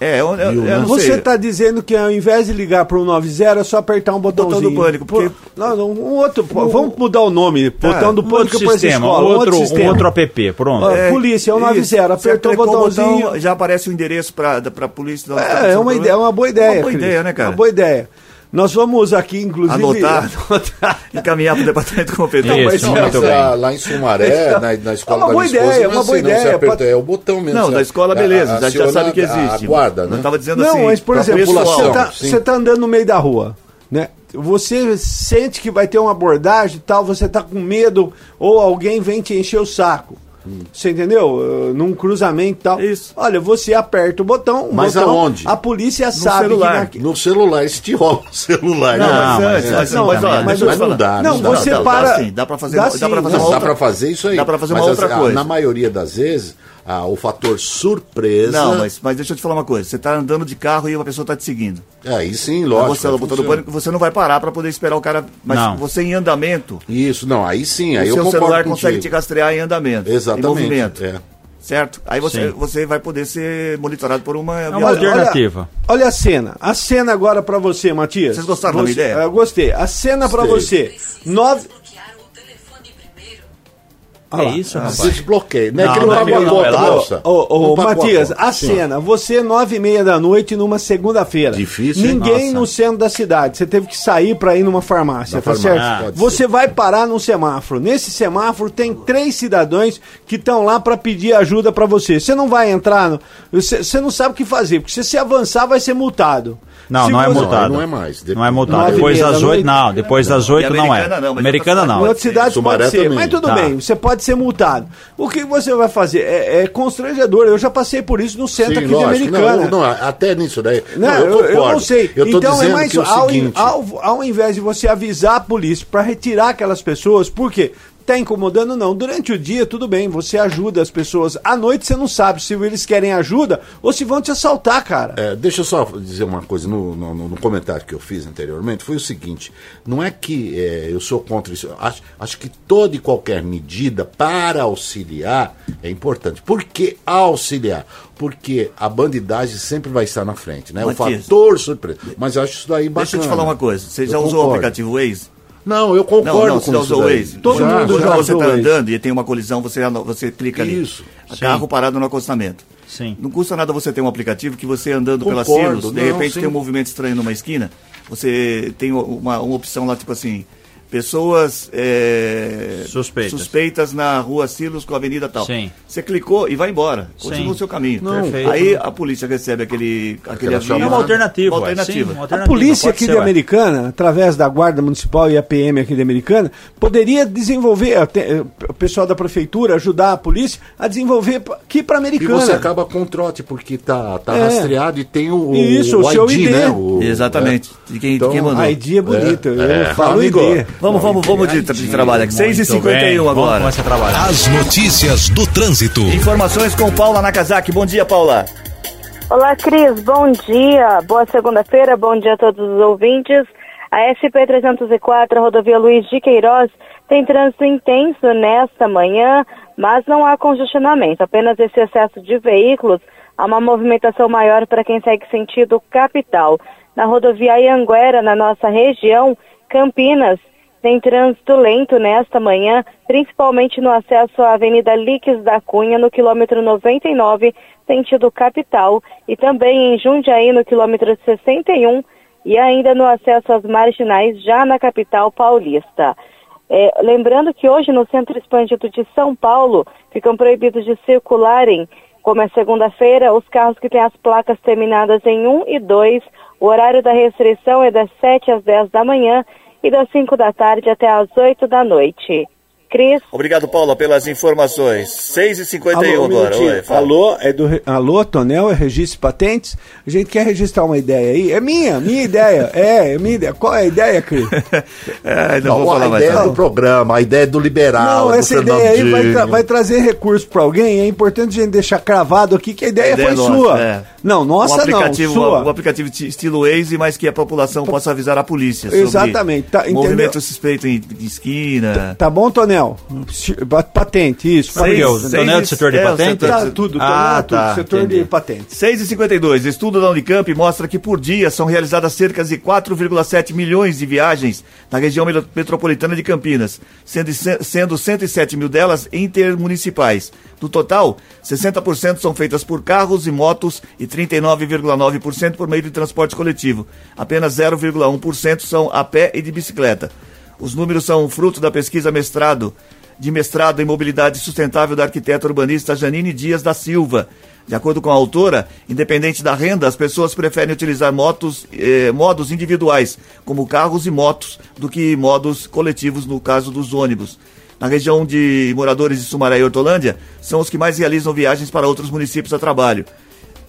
Speaker 1: É, eu, eu- eu
Speaker 2: né?
Speaker 1: não
Speaker 4: Você tá
Speaker 1: sei.
Speaker 4: está dizendo que ao invés de ligar para o 90 é só apertar um botãozinho.
Speaker 1: do pânico, porque-
Speaker 4: Pô, Não, não, um outro. pô, vamos mudar o nome. Botão do
Speaker 3: Um outro
Speaker 4: pânico para essa
Speaker 3: sistema,
Speaker 4: escola.
Speaker 3: um outro, um
Speaker 4: sistema.
Speaker 3: outro app, pronto.
Speaker 4: É, polícia, é o 90,
Speaker 1: Você
Speaker 4: apertou o
Speaker 1: aplicou
Speaker 4: botãozinho.
Speaker 1: já aparece o endereço pra, da- pra polícia. então tá da-
Speaker 4: É, é uma ideia, é uma boa ideia.
Speaker 1: Uma boa
Speaker 4: Cris.
Speaker 1: ideia, né, cara?
Speaker 4: Uma boa ideia. Nós vamos aqui, inclusive.
Speaker 1: Anotar, encaminhar pro departamento competente.
Speaker 3: Isso,
Speaker 2: Não,
Speaker 3: muito
Speaker 2: mas
Speaker 1: assim,
Speaker 3: bem.
Speaker 2: a- lá em Sumaré,
Speaker 1: tá
Speaker 2: na, na escola
Speaker 4: É uma
Speaker 2: da minha
Speaker 4: boa
Speaker 2: esposa,
Speaker 4: ideia,
Speaker 2: não assim,
Speaker 4: é uma boa
Speaker 2: não, você
Speaker 4: ideia,
Speaker 2: aperta,
Speaker 4: pode-
Speaker 2: é o botão mesmo.
Speaker 1: Não,
Speaker 2: você
Speaker 1: da escola, beleza.
Speaker 2: a-
Speaker 1: já, já
Speaker 2: aciona
Speaker 1: sabe que
Speaker 2: a-
Speaker 1: existe.
Speaker 2: A guarda, né?
Speaker 1: Não tava dizendo assim.
Speaker 4: Não, mas, por
Speaker 1: pra
Speaker 4: exemplo,
Speaker 2: população,
Speaker 4: você tá,
Speaker 2: sim.
Speaker 4: você tá andando no meio da rua, né? Você sente que vai ter uma abordagem e tal, você tá com medo, ou alguém vem te encher o saco. Você entendeu? Uh, Num cruzamento e tal.
Speaker 1: Hum. Isso.
Speaker 4: Olha, você aperta o botão. o
Speaker 2: Mas
Speaker 4: botão,
Speaker 2: aonde?
Speaker 4: A polícia sabe
Speaker 1: celular.
Speaker 4: que.
Speaker 2: No celular, eles te roubam o celular.
Speaker 1: Não,
Speaker 2: né?
Speaker 1: mas,
Speaker 3: mas
Speaker 1: antes,
Speaker 3: é
Speaker 1: mas,
Speaker 3: assim
Speaker 1: não, mas,
Speaker 3: também,
Speaker 1: ó,
Speaker 3: né?
Speaker 1: mas
Speaker 2: Mas não dá,
Speaker 4: Não,
Speaker 2: não dá,
Speaker 4: você
Speaker 2: não dá,
Speaker 4: para.
Speaker 1: dá sim, dá pra fazer- dá pra fazer
Speaker 4: não.
Speaker 1: é uma
Speaker 2: Não, dá
Speaker 1: outra-
Speaker 2: pra fazer isso aí.
Speaker 1: dá pra fazer
Speaker 2: mas assim,
Speaker 1: uma outra
Speaker 2: a-
Speaker 1: coisa.
Speaker 2: Na maioria das vezes, ah, o fator surpresa.
Speaker 1: Não, mas, mas deixa eu te falar uma coisa. Você tá andando de carro e uma pessoa tá te seguindo.
Speaker 2: Aí sim,
Speaker 1: Aí
Speaker 2: lógico. é
Speaker 1: você ela botou no
Speaker 2: funciona.
Speaker 1: pânico, você não vai parar pra poder esperar o cara. Mas
Speaker 3: Não.
Speaker 1: você em andamento,
Speaker 2: Isso, não, aí sim, aí
Speaker 1: o
Speaker 2: eu
Speaker 1: seu
Speaker 2: concordo
Speaker 1: celular
Speaker 2: contigo.
Speaker 1: consegue te rastrear em andamento.
Speaker 2: Exatamente,
Speaker 1: Em movimento.
Speaker 2: é.
Speaker 1: Certo? Aí você,
Speaker 3: Sim. É
Speaker 1: você vai poder ser monitorado por uma.
Speaker 3: uma
Speaker 1: viatura.
Speaker 3: alternativa. alternativa.
Speaker 4: Olha, a cena. A cena agora pra você, Matias.
Speaker 1: Vocês gostaram da minha
Speaker 4: Você-
Speaker 1: ideia?
Speaker 4: Eu gostei. A cena pra você. Nove.
Speaker 3: É
Speaker 1: Ah,
Speaker 3: isso, rapaz.
Speaker 2: Desbloqueia. Não é
Speaker 4: Ah,
Speaker 3: Não,
Speaker 2: que não
Speaker 3: não é
Speaker 2: vai
Speaker 3: meu, não,
Speaker 2: botar
Speaker 3: é lá,
Speaker 2: outra, moça.
Speaker 4: tá. Ô, ô,
Speaker 2: Não vai
Speaker 4: Matias,
Speaker 2: botar.
Speaker 4: a cena. Você, nove e meia da noite, numa segunda-feira.
Speaker 2: Difícil, hein?
Speaker 4: Ninguém
Speaker 2: Nossa.
Speaker 4: no centro da cidade. Você teve que sair pra ir numa farmácia,
Speaker 2: Na
Speaker 4: tá
Speaker 2: farmácia,
Speaker 4: certo?
Speaker 2: pode
Speaker 4: Você vai parar num semáforo. Nesse semáforo tem três cidadãos que estão lá pra pedir ajuda pra você. Você não vai entrar, no- você você não sabe o que fazer, porque se você avançar vai ser multado.
Speaker 3: Não,
Speaker 4: Se
Speaker 3: não é
Speaker 4: você-
Speaker 3: multado.
Speaker 2: não é mais.
Speaker 3: Não é multado.
Speaker 4: Nove e
Speaker 3: Depois
Speaker 4: meia
Speaker 3: das
Speaker 4: da
Speaker 3: oito,
Speaker 4: noite.
Speaker 3: não. Depois das
Speaker 1: E
Speaker 3: oito, não é.
Speaker 1: americana não, mas
Speaker 3: Americana
Speaker 1: outra
Speaker 4: Em
Speaker 3: não.
Speaker 4: outras cidades
Speaker 2: Sumaré
Speaker 4: pode ser,
Speaker 2: também.
Speaker 4: mas tudo
Speaker 3: Tá.
Speaker 4: bem, você pode ser multado. O que você vai fazer? É, é constrangedor. Eu já passei por isso no centro
Speaker 2: Sim,
Speaker 4: aqui
Speaker 2: lógico.
Speaker 4: de Americana.
Speaker 2: Não, não, até nisso daí.
Speaker 4: Não, eu, eu não sei.
Speaker 2: Eu tô
Speaker 4: então é
Speaker 2: dizendo
Speaker 4: mais
Speaker 2: que é o
Speaker 4: ao,
Speaker 2: seguinte,
Speaker 4: ao, ao invés de você avisar a polícia para retirar aquelas pessoas, por quê? Tá incomodando? Não. Durante o dia, tudo bem, você ajuda as pessoas. À noite você não sabe se eles querem ajuda ou se vão te assaltar, cara.
Speaker 2: É, deixa eu só dizer uma coisa no, no- no- no comentário que eu fiz anteriormente. Foi o seguinte: não é que é, eu sou contra isso. eu Acho, acho que toda e qualquer medida para auxiliar é importante. Por que auxiliar? Porque a bandidagem sempre vai estar na frente, né? O
Speaker 1: Matias.
Speaker 2: fator surpresa. Mas eu acho isso daí bacana.
Speaker 1: Deixa eu te falar uma coisa. Você
Speaker 2: Eu
Speaker 1: já usou o
Speaker 2: concordo.
Speaker 1: aplicativo Waze?
Speaker 2: Não, eu
Speaker 1: Não,
Speaker 2: concordo
Speaker 1: não,
Speaker 2: com
Speaker 1: você já
Speaker 2: isso
Speaker 1: usou o
Speaker 2: daí.
Speaker 1: Waze.
Speaker 4: Todo
Speaker 1: Já,
Speaker 4: mundo
Speaker 1: quando
Speaker 4: já
Speaker 1: você
Speaker 4: usou
Speaker 1: tá
Speaker 4: o Waze.
Speaker 1: andando e tem uma colisão, você, ano- você clica ali.
Speaker 2: Isso.
Speaker 1: Carro parado no acostamento.
Speaker 3: Sim.
Speaker 1: Não custa nada você ter um aplicativo que você andando pelas
Speaker 2: Concordo,
Speaker 1: silos, de
Speaker 2: não,
Speaker 1: repente
Speaker 2: sim.
Speaker 1: tem um movimento estranho numa esquina, você tem uma, uma opção lá, tipo assim, pessoas é,
Speaker 3: Suspeitas.
Speaker 1: suspeitas na rua Silos com a avenida tal.
Speaker 3: Sim.
Speaker 1: Você clicou e vai embora. Continua
Speaker 3: Sim.
Speaker 1: o seu caminho.
Speaker 3: Não. Perfeito.
Speaker 1: Aí a polícia recebe aquele, aquele
Speaker 2: Aquela
Speaker 1: aviso.
Speaker 2: chamada.
Speaker 3: É uma alternativa.
Speaker 1: Uma
Speaker 3: ué, sim,
Speaker 1: alternativa.
Speaker 3: uma
Speaker 4: A
Speaker 3: alternativa,
Speaker 4: polícia
Speaker 3: pode
Speaker 4: aqui
Speaker 3: ser,
Speaker 4: de
Speaker 3: ué.
Speaker 4: Americana, através da Guarda Municipal e a PM aqui de Americana, poderia desenvolver, eh, te- eh, o pessoal da prefeitura ajudar a polícia a desenvolver p- aqui para
Speaker 2: E
Speaker 4: Americana.
Speaker 2: você acaba com o trote, porque tá, tá
Speaker 4: É.
Speaker 2: rastreado e tem o,
Speaker 4: Isso, o seu ID.
Speaker 2: né? O-
Speaker 1: Exatamente. De quem,
Speaker 2: Então,
Speaker 1: de quem mandou.
Speaker 4: A ID é bonita, eu
Speaker 2: é.
Speaker 4: falo
Speaker 2: Amigo,
Speaker 4: ID.
Speaker 1: Vamos, vamos, vamos de, de trabalho aqui. 6h51
Speaker 3: Vamos
Speaker 1: agora.
Speaker 3: começar a trabalhar.
Speaker 7: As notícias do trânsito.
Speaker 1: Informações com Paula Nakazaki. Bom dia, Paula.
Speaker 8: Olá, Cris. Bom dia. Boa segunda-feira. Bom dia a todos os ouvintes. A SP-304, a rodovia Luiz de Queiroz, tem trânsito intenso nesta manhã, mas não há congestionamento. Apenas esse excesso de veículos há uma movimentação maior para quem segue sentido capital. Na rodovia Anhanguera, na nossa região, Campinas, tem trânsito lento nesta manhã, principalmente no acesso à Avenida Liques da Cunha, no quilômetro 99, sentido capital, e também em Jundiaí, no quilômetro 61, e ainda no acesso às marginais, já na capital paulista. É, lembrando que hoje, no centro expandido de São Paulo, ficam proibidos de circularem, como é segunda-feira, os carros que têm as placas terminadas em 1 e 2. O horário da restrição é das 7 às 10 da manhã e das 5 da tarde até às 8 da noite. Cris.
Speaker 1: Obrigado, Paula, pelas informações. 6h51
Speaker 4: Alô, um
Speaker 1: agora.
Speaker 4: minutinho.
Speaker 1: Oi, fala.
Speaker 4: Alô, é do, Re- alô, Tonel, é Registro Patentes? A gente quer registrar uma ideia aí. É minha, minha ideia. É, é minha ideia. Qual é a ideia, Cris?
Speaker 1: É, não, vou
Speaker 2: Não,
Speaker 1: falar
Speaker 2: a
Speaker 1: mais
Speaker 2: ideia
Speaker 1: nada.
Speaker 2: do programa, a ideia do
Speaker 1: Ah,
Speaker 2: liberal,
Speaker 4: Não,
Speaker 2: do
Speaker 4: essa ideia aí vai, tra-
Speaker 2: Fernandinho.
Speaker 4: vai trazer recurso pra alguém. É importante a gente deixar cravado aqui que a ideia,
Speaker 1: Ideia
Speaker 4: foi
Speaker 1: nossa,
Speaker 4: sua.
Speaker 1: é.
Speaker 4: Não,
Speaker 1: um
Speaker 4: nossa não,
Speaker 1: aplicativo,
Speaker 4: sua.
Speaker 1: Um aplicativo de estilo Waze, mas que a população possa avisar a polícia sobre
Speaker 4: Exatamente, tá, entendeu?
Speaker 1: movimento suspeito em em esquina.
Speaker 4: Tá bom, Tonel? Patente, isso.
Speaker 1: Seis,
Speaker 4: patente.
Speaker 3: Entendeu?
Speaker 1: seis,
Speaker 3: Tonel do setor de
Speaker 1: é, o
Speaker 3: patente?
Speaker 1: setor-
Speaker 4: Tá tudo,
Speaker 3: Ah,
Speaker 4: Tonel, tudo,
Speaker 3: tá,
Speaker 4: setor de
Speaker 3: entendi.
Speaker 4: patentes.
Speaker 1: 6h52, estudo da Unicamp mostra que por dia são realizadas cerca de 4,7 milhões de viagens na região melo- metropolitana de Campinas, sendo, ce- sendo 107 mil delas intermunicipais. Do total, 60% são feitas por carros e motos e 39,9% por meio de transporte coletivo. Apenas 0,1% são a pé e de bicicleta. Os números são fruto da pesquisa mestrado de mestrado em mobilidade sustentável da arquiteta urbanista Janine Dias da Silva. De acordo com a autora, independente da renda, as pessoas preferem utilizar motos, eh, modos individuais, como carros e motos, do que modos coletivos, no caso dos ônibus. Na região de moradores de Sumaré e Hortolândia, são os que mais realizam viagens para outros municípios a trabalho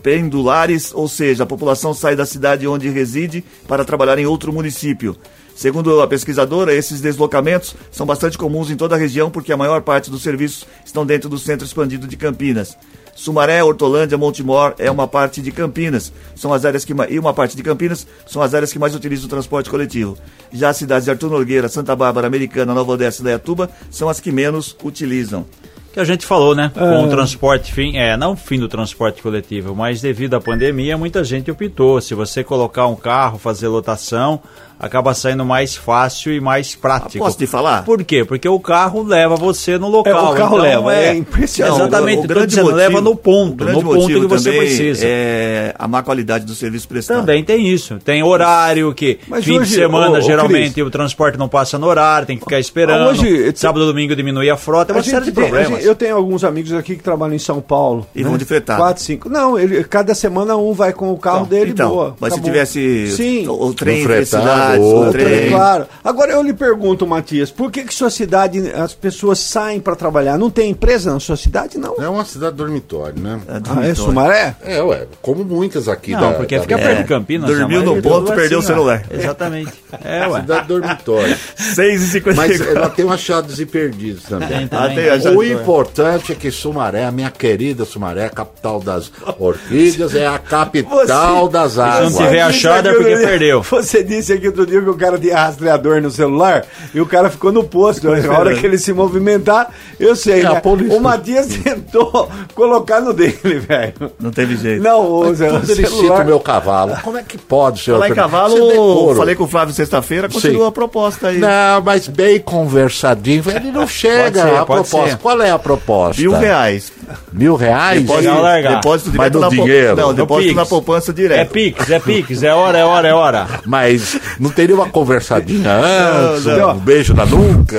Speaker 1: pendulares, ou seja, a população sai da cidade onde reside para trabalhar em outro município. Segundo a pesquisadora, esses deslocamentos são bastante comuns em toda a região porque a maior parte dos serviços estão dentro do centro expandido de Campinas. Sumaré, Hortolândia, Montemor é uma parte de Campinas, são as áreas que ma- e uma parte de Campinas são as áreas que mais utilizam o transporte coletivo. Já as cidades de Artur Nogueira, Santa Bárbara, Americana, Nova Odessa e Dayatuba são as que menos utilizam.
Speaker 3: que a gente falou, né? Com o transporte fim, é, não o fim do transporte coletivo, mas devido à pandemia, muita gente optou. Se você colocar um carro, fazer lotação, acaba saindo mais fácil e mais prático.
Speaker 1: Ah, Posso te falar?
Speaker 3: Por quê? Porque o carro leva você no local.
Speaker 4: É, o carro
Speaker 3: então
Speaker 4: leva, é impressionante.
Speaker 3: Exatamente,
Speaker 1: O
Speaker 3: tô
Speaker 1: grande
Speaker 3: dizendo,
Speaker 1: motivo-
Speaker 3: leva no
Speaker 1: o
Speaker 3: ponto,
Speaker 1: grande
Speaker 3: no ponto
Speaker 1: motivo
Speaker 3: que você
Speaker 1: também
Speaker 3: precisa.
Speaker 1: É a má qualidade do serviço prestado.
Speaker 3: Também tem isso. Tem horário que
Speaker 4: Mas
Speaker 3: fim
Speaker 4: hoje,
Speaker 3: de semana,
Speaker 4: ô, ô, Cris,
Speaker 3: geralmente, o transporte não passa no horário, tem que ficar esperando.
Speaker 4: Hoje-
Speaker 3: Sábado domingo diminui a frota, é uma
Speaker 4: A gente
Speaker 3: série de
Speaker 4: tem- a
Speaker 3: problemas.
Speaker 4: gente- eu tenho alguns amigos aqui que trabalham em São Paulo. né?
Speaker 1: E vão de fretado.
Speaker 4: Quatro, cinco. Não, ele, cada semana um vai com o carro dele
Speaker 1: então,
Speaker 4: boa.
Speaker 1: mas
Speaker 4: tá
Speaker 1: se
Speaker 4: bom.
Speaker 1: tivesse
Speaker 4: Sim. é
Speaker 1: o, o trem
Speaker 2: Um
Speaker 1: entre
Speaker 2: fretado,
Speaker 1: cidades, o
Speaker 2: outro
Speaker 1: trem...
Speaker 2: trem.
Speaker 4: Claro. Agora eu lhe pergunto, Matias, por que que sua cidade, as pessoas saem para trabalhar? Não tem empresa na sua cidade, não?
Speaker 2: É uma cidade dormitório, né?
Speaker 4: Ah, é Sumaré?
Speaker 2: É, ué, como muitas aqui
Speaker 3: Não,
Speaker 2: da,
Speaker 3: porque
Speaker 2: da
Speaker 3: fica
Speaker 2: minha
Speaker 1: É.
Speaker 3: perto de Campinas.
Speaker 1: dormiu
Speaker 3: a
Speaker 1: no
Speaker 3: maioria
Speaker 1: ponto,
Speaker 3: tudo
Speaker 1: perdeu o
Speaker 3: ó.
Speaker 1: celular.
Speaker 3: Exatamente. É, ué.
Speaker 2: cidade dormitório.
Speaker 1: 6h54.
Speaker 2: Mas
Speaker 4: é,
Speaker 2: ela tem um achados e perdidos também.
Speaker 1: Ah, tem, já-
Speaker 2: O importante é que Sumaré, a minha querida Sumaré, a capital das orquídeas, é a capital
Speaker 4: Você-
Speaker 2: das
Speaker 3: não
Speaker 2: águas.
Speaker 4: Você
Speaker 3: tiver
Speaker 4: disse
Speaker 3: achado é
Speaker 4: aqui
Speaker 3: porque
Speaker 4: outro dia-
Speaker 3: perdeu.
Speaker 4: Você disse aqui outro dia que o cara tinha rastreador no celular e o cara ficou no posto. Na hora que ele se movimentar, eu sei.
Speaker 2: É a
Speaker 4: né?
Speaker 2: polícia.
Speaker 4: O Matias tentou colocar no dele, velho.
Speaker 1: Não teve jeito.
Speaker 4: Não, é o,
Speaker 2: Mas tudo ele cita o meu cavalo. Como é que pode, senhor?
Speaker 1: Falar em
Speaker 2: Fernando?
Speaker 1: cavalo,
Speaker 2: Você decora.
Speaker 1: falei com o Flávio sexta-feira, continua
Speaker 2: Sim.
Speaker 1: a proposta aí.
Speaker 2: Não, mas bem conversadinho. Ele não chega
Speaker 3: Pode ser,
Speaker 2: à
Speaker 3: pode
Speaker 2: proposta.
Speaker 3: ser.
Speaker 2: Qual é a proposta?
Speaker 1: Mil reais.
Speaker 2: Mil reais?
Speaker 3: Pode
Speaker 2: Sim.
Speaker 3: largar.
Speaker 1: Depósito
Speaker 2: Mas
Speaker 1: direto
Speaker 2: do
Speaker 1: na pou-
Speaker 2: dinheiro.
Speaker 1: Não,
Speaker 2: No
Speaker 1: depósito
Speaker 3: Pix.
Speaker 1: na poupança
Speaker 3: É
Speaker 1: direto.
Speaker 3: Pix, é Pix, é hora, é hora, é hora.
Speaker 2: Mas não teria uma conversadinha antes,
Speaker 1: não.
Speaker 2: um beijo na nuca.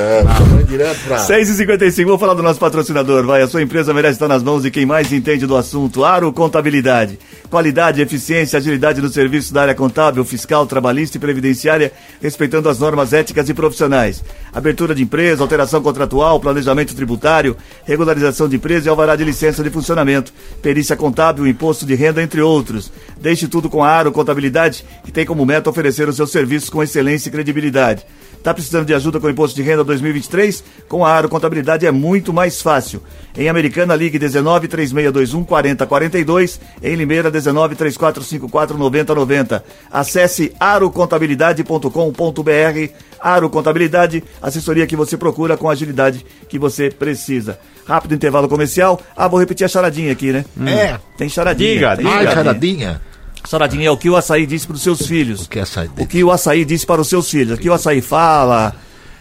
Speaker 2: Vai direto pra...
Speaker 1: 6h55, vou falar do nosso patrocinador, vai. A sua empresa merece estar nas mãos de quem mais entende do assunto. Aro Contabilidade. Qualidade, eficiência, agilidade no serviço da área contábil, fiscal, trabalhista e previdenciária, respeitando as normas éticas e profissionais. Abertura de empresa, alteração contratual, planejamento tributário, regularização de empresa e alvará de licença de funcionamento, perícia contábil, imposto de renda, entre outros. Deixe tudo com a Aro Contabilidade, que tem como meta oferecer os seus serviços com excelência e credibilidade. Tá precisando de ajuda com o imposto de renda 2023? Com a Aro Contabilidade é muito mais fácil. Em Americana, ligue 19 3621 4042. Em Limeira, 19 3454 9090. Acesse arocontabilidade.com.br. Aro Contabilidade, assessoria que você procura com a agilidade que você precisa. Rápido intervalo comercial. Ah, vou repetir a charadinha aqui, né?
Speaker 2: É.
Speaker 1: Tem charadinha.
Speaker 3: Diga,
Speaker 1: tem
Speaker 3: diga.
Speaker 2: Ai, charadinha.
Speaker 1: Charadinha é o que o açaí disse para os seus filhos.
Speaker 2: Que essa
Speaker 1: O que o açaí disse para os seus filhos. O que o açaí fala.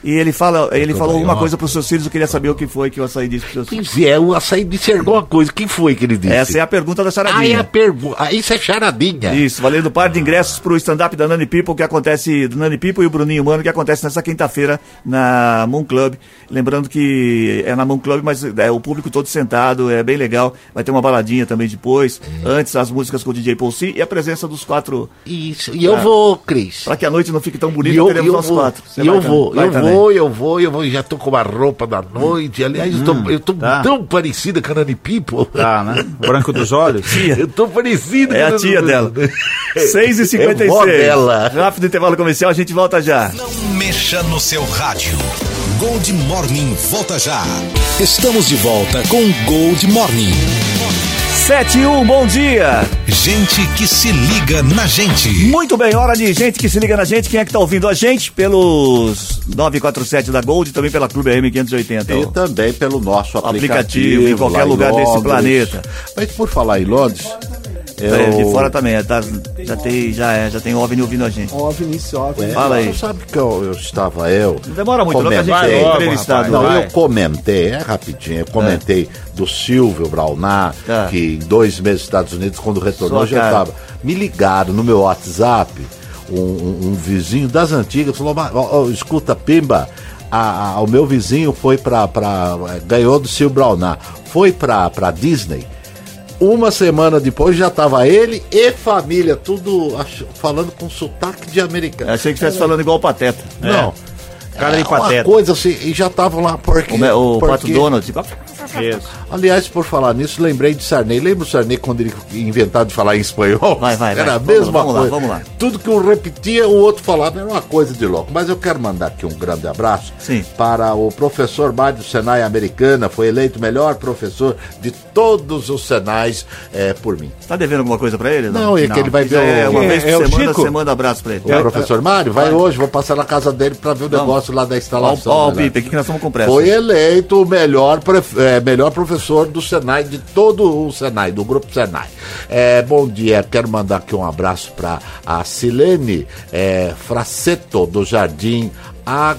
Speaker 1: E ele fala, ele falou alguma
Speaker 2: maior.
Speaker 1: coisa para os seus filhos, eu queria saber o que foi que o açaí disse para os seus filhos.
Speaker 2: Pois é, o açaí disse alguma coisa. Quem foi que ele disse?
Speaker 1: Essa é a pergunta da
Speaker 2: Ah, é a
Speaker 1: charadinha.
Speaker 2: pergunta. Ah, isso é charadinha.
Speaker 1: Isso, valendo par de ingressos para o stand-up da Nani People, que acontece, do Nani People e o Bruninho Mano, que acontece nessa quinta-feira na Moon Club. Lembrando que é na Moon Club, mas é o público todo sentado, é bem legal. Vai ter uma baladinha também depois, antes as músicas com o DJ Paul C e a presença dos quatro,
Speaker 2: Isso. E eu vou, Cris.
Speaker 1: para que a noite não fique tão
Speaker 2: E
Speaker 1: bonita,
Speaker 2: eu, e
Speaker 1: teremos
Speaker 2: eu
Speaker 1: Ah. nós
Speaker 2: vou,
Speaker 1: quatro. Você
Speaker 2: e eu
Speaker 1: vai, Tana?
Speaker 2: vou,
Speaker 1: Vai,
Speaker 2: eu
Speaker 1: Tana.
Speaker 3: né?
Speaker 2: vou, eu vou, eu vou, já tô com a roupa da noite. Aliás, eu tô,
Speaker 1: Hum,
Speaker 2: eu tô
Speaker 3: tá.
Speaker 2: tão parecida com a Nani People.
Speaker 3: Tá, né? Branco dos olhos.
Speaker 2: Eu tô parecida
Speaker 1: É
Speaker 2: com
Speaker 1: a
Speaker 2: Nani
Speaker 1: tia
Speaker 2: People.
Speaker 1: dela. 6h56.
Speaker 2: É vó dela.
Speaker 1: Rápido intervalo comercial, a gente volta já.
Speaker 7: Não mexa no seu rádio. Gold Morning volta já. Estamos de volta com Gold Morning.
Speaker 1: 7 e 1, bom dia.
Speaker 7: Gente que se liga na gente.
Speaker 1: Muito bem, hora de gente que se liga na gente. Quem é que tá ouvindo a gente? Pelos 947 da Gold e também pela Clube
Speaker 2: E
Speaker 1: AM580.
Speaker 2: também pelo nosso Então, aplicativo.
Speaker 1: Aplicativo, em qualquer
Speaker 2: lá
Speaker 1: lugar desse
Speaker 2: Londres.
Speaker 1: planeta.
Speaker 2: Mas por falar em Londres. Eu...
Speaker 1: É, de fora também, é, tá, já, tem, já, é, já tem OVNI ouvindo a gente.
Speaker 4: OVNI, OVNI.
Speaker 1: Fala aí.
Speaker 2: Você sabe que eu, eu estava, eu.
Speaker 1: Não demora muito, não, que a gente é
Speaker 2: comentei-
Speaker 3: tem
Speaker 2: Vai
Speaker 1: entrevistado. É.
Speaker 2: Não,
Speaker 3: Vai.
Speaker 2: eu comentei, é rapidinho, eu comentei do Silvio Brauná,
Speaker 1: Ah.
Speaker 2: que em dois meses nos Estados Unidos, quando retornou,
Speaker 1: Sua
Speaker 2: já
Speaker 1: cara.
Speaker 2: estava. Me ligaram no meu WhatsApp, um, um- um vizinho das antigas, falou: "Mas, ó, ó, escuta, Pimba. a- a- o meu vizinho foi pra, pra. é, ganhou do Silvio Brauná, foi pra, pra Disney. Uma semana depois já estava ele e família, tudo ach- falando com sotaque de americano.
Speaker 1: Achei que estivesse falando igual o Pateta.
Speaker 2: Não.
Speaker 3: Cara de
Speaker 2: É uma
Speaker 3: pateta.
Speaker 2: coisa assim, e já estavam lá porque.
Speaker 1: O, me- o
Speaker 2: porque-
Speaker 1: Pato Donald, tipo,
Speaker 3: Isso.
Speaker 2: Aliás, por falar nisso, lembrei de Sarney. Lembra o Sarney quando ele inventava de falar em espanhol?
Speaker 1: Vai, vai, vai.
Speaker 2: Era a
Speaker 1: Vamos lá,
Speaker 2: mesma
Speaker 1: vamos lá,
Speaker 2: coisa.
Speaker 1: vamos lá.
Speaker 2: Tudo que um repetia, o outro falava. Era uma coisa de louco. Mas eu quero mandar aqui um grande abraço
Speaker 1: Sim.
Speaker 2: para o professor Mário do Senai Americana. Foi eleito o melhor professor de todos os Senais eh, por mim.
Speaker 1: tá devendo alguma coisa pra ele?
Speaker 2: Não, é que ele vai ver
Speaker 1: É,
Speaker 2: o-
Speaker 1: uma vez
Speaker 4: É, é
Speaker 1: por
Speaker 4: o
Speaker 1: semana,
Speaker 4: Chico?
Speaker 1: você manda abraço pra ele.
Speaker 2: O professor Mário vai hoje, vou passar na casa dele para ver o negócio lá da
Speaker 1: Ó,
Speaker 2: instalação.
Speaker 1: ó, o
Speaker 2: né?
Speaker 1: Pipe, o que que nós estamos com pressa?
Speaker 2: Foi eleito o melhor, pref- eh, melhor professor do Senai, de todo o Senai, do grupo Senai. Eh, bom dia, quero mandar aqui um abraço para a Silene eh, Fraceto, do Jardim A-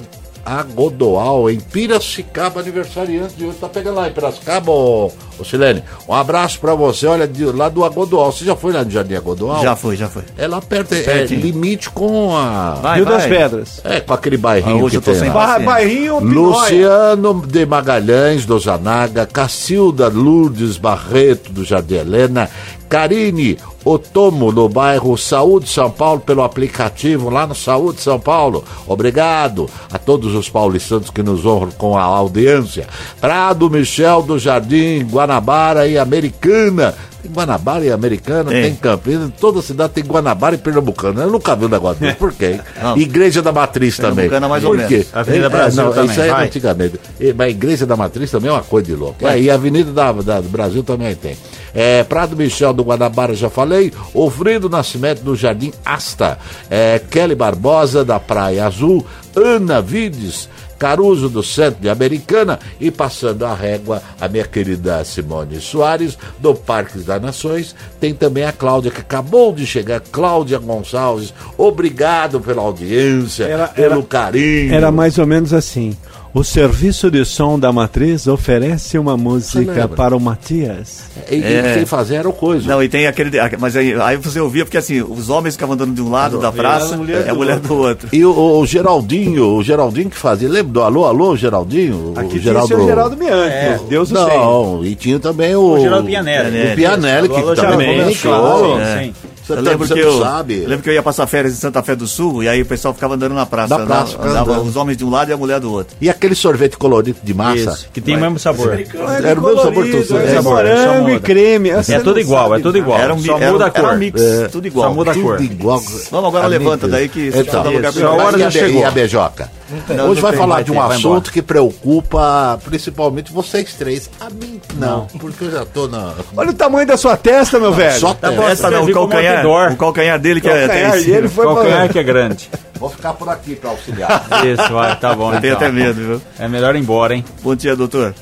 Speaker 2: Agodoal, em Piracicaba, aniversariante de hoje. Tá pegando lá em Piracicaba, ô, ô Silene. Um abraço para você, olha, de- lá do Agodoal. Você já foi lá no Jardim Agodoal?
Speaker 1: Já foi, já foi.
Speaker 2: É lá perto, é, é
Speaker 1: Pertinho.
Speaker 2: limite com a.
Speaker 1: Vai,
Speaker 4: Rio
Speaker 1: vai.
Speaker 4: das Pedras.
Speaker 2: É, com aquele bairrinho
Speaker 1: Ah, hoje
Speaker 2: que
Speaker 1: eu tô
Speaker 2: tem
Speaker 1: sem
Speaker 2: lá.
Speaker 4: Ba
Speaker 1: sim.
Speaker 4: Barrinho Pinóia.
Speaker 2: Luciano de Magalhães, do Zanaga, Cacilda Lourdes Barreto, do Jardim Helena, Karine Otomo, no bairro Saúde São Paulo, pelo aplicativo lá no Saúde São Paulo. Obrigado a todos os paulistanos que nos honram com a audiência. Prado Michel, do Jardim Guanabara e Americana. Tem Guanabara e Americana,
Speaker 1: Tem.
Speaker 2: tem Campinas, em toda cidade tem Guanabara e Pernambucano. Eu nunca vi um negócio desse, por quê? Igreja da Matriz também.
Speaker 1: Pernambucana, mais ou
Speaker 2: por
Speaker 1: menos.
Speaker 2: quê? É,
Speaker 3: Avenida Brasil
Speaker 2: não,
Speaker 3: também,
Speaker 2: Isso aí é
Speaker 3: vai.
Speaker 2: antigamente. E, mas a Igreja da Matriz também é uma coisa de louco. É, e a Avenida da, da- do Brasil também tem. É, Prado Michel do Guanabara, já falei. Ofrido Nascimento do Jardim Asta. É, Kelly Barbosa da Praia Azul. Ana Vides. Caruso do Centro de Americana e passando a régua a minha querida Simone Soares do Parque das Nações. Tem também a Cláudia que acabou de chegar, Cláudia Gonçalves. Obrigado pela audiência,
Speaker 4: Era-
Speaker 2: pelo
Speaker 4: era-
Speaker 2: carinho.
Speaker 4: Era mais ou menos assim. O serviço de som da matriz oferece uma música
Speaker 2: lembra?
Speaker 4: para o Matias.
Speaker 2: E, e
Speaker 1: É.
Speaker 2: quem fazer era o coisa.
Speaker 1: Não, e tem aquele. Mas aí, aí você ouvia, porque assim, os homens ficavam andando de um lado da praça, é a mulher, do, outro.
Speaker 2: E o, o Geraldinho, o Geraldinho que fazia, lembra do Alô, Alô, Geraldinho? O
Speaker 4: Aqui Geraldo... tinha o Geraldo Miante, Deus o tenha.
Speaker 2: Não, e tinha também o...
Speaker 3: O Geraldo Pianelli.
Speaker 2: O Pianelli, que
Speaker 3: Alô, alô,
Speaker 2: também
Speaker 3: Geraldo,
Speaker 2: começou.
Speaker 3: sim,
Speaker 2: É.
Speaker 3: sim.
Speaker 2: Você
Speaker 1: eu
Speaker 2: tá-
Speaker 1: lembro
Speaker 2: você
Speaker 1: que
Speaker 2: não
Speaker 1: eu,
Speaker 2: sabe.
Speaker 1: lembro que eu ia passar férias em Santa Fé do Sul e aí o pessoal ficava andando na praça.
Speaker 2: Na
Speaker 1: andava-
Speaker 2: praça, ficava
Speaker 1: andava
Speaker 2: andando.
Speaker 1: os homens de um lado e a mulher do outro.
Speaker 2: E aquele sorvete colorido de massa.
Speaker 3: Isso. Que tem o mesmo sabor.
Speaker 2: Era o mesmo sabor que tu-
Speaker 4: é
Speaker 2: é,
Speaker 3: só
Speaker 4: morango
Speaker 3: muda.
Speaker 4: e creme. Essa
Speaker 3: É
Speaker 4: não
Speaker 3: tudo igual,
Speaker 4: sabe
Speaker 3: é tudo igual.
Speaker 1: Era um, mi-
Speaker 3: Só
Speaker 1: era um-
Speaker 3: muda a
Speaker 1: era um
Speaker 3: cor. É,
Speaker 1: mix, tudo igual.
Speaker 3: Só muda a
Speaker 2: Tudo
Speaker 3: cor.
Speaker 2: igual.
Speaker 1: Vamos agora
Speaker 2: Ah, meu
Speaker 1: levanta
Speaker 2: Deus.
Speaker 1: daí que você
Speaker 2: Então,
Speaker 1: tá no lugar
Speaker 2: isso.
Speaker 1: pra
Speaker 2: a
Speaker 3: mim.
Speaker 2: hora
Speaker 3: E
Speaker 2: já
Speaker 3: a be-
Speaker 2: chegou.
Speaker 3: e
Speaker 2: E
Speaker 3: a
Speaker 2: a beijoca?
Speaker 3: Não,
Speaker 2: Hoje
Speaker 3: não
Speaker 2: vai
Speaker 3: tem,
Speaker 2: falar
Speaker 3: vai
Speaker 2: de um
Speaker 3: ter, vai
Speaker 2: assunto
Speaker 3: embora.
Speaker 2: que preocupa principalmente vocês três. A mim, não. Porque eu já tô na...
Speaker 4: Olha o tamanho da sua testa, meu velho.
Speaker 2: Só tá
Speaker 3: Tá bom.
Speaker 1: Essa não,
Speaker 3: Você
Speaker 1: o
Speaker 3: viu como é
Speaker 1: calcanhar,
Speaker 3: outdoor.
Speaker 1: o calcanhar dele que
Speaker 4: O calcanhar
Speaker 1: é.
Speaker 4: dele foi
Speaker 3: Calcanhar
Speaker 4: pra...
Speaker 3: que é grande.
Speaker 2: Vou ficar por aqui pra auxiliar.
Speaker 3: Isso, vai, tá bom.
Speaker 1: Eu tenho
Speaker 3: então.
Speaker 1: até medo, viu?
Speaker 3: É melhor ir embora, hein?
Speaker 1: Bom dia, doutor.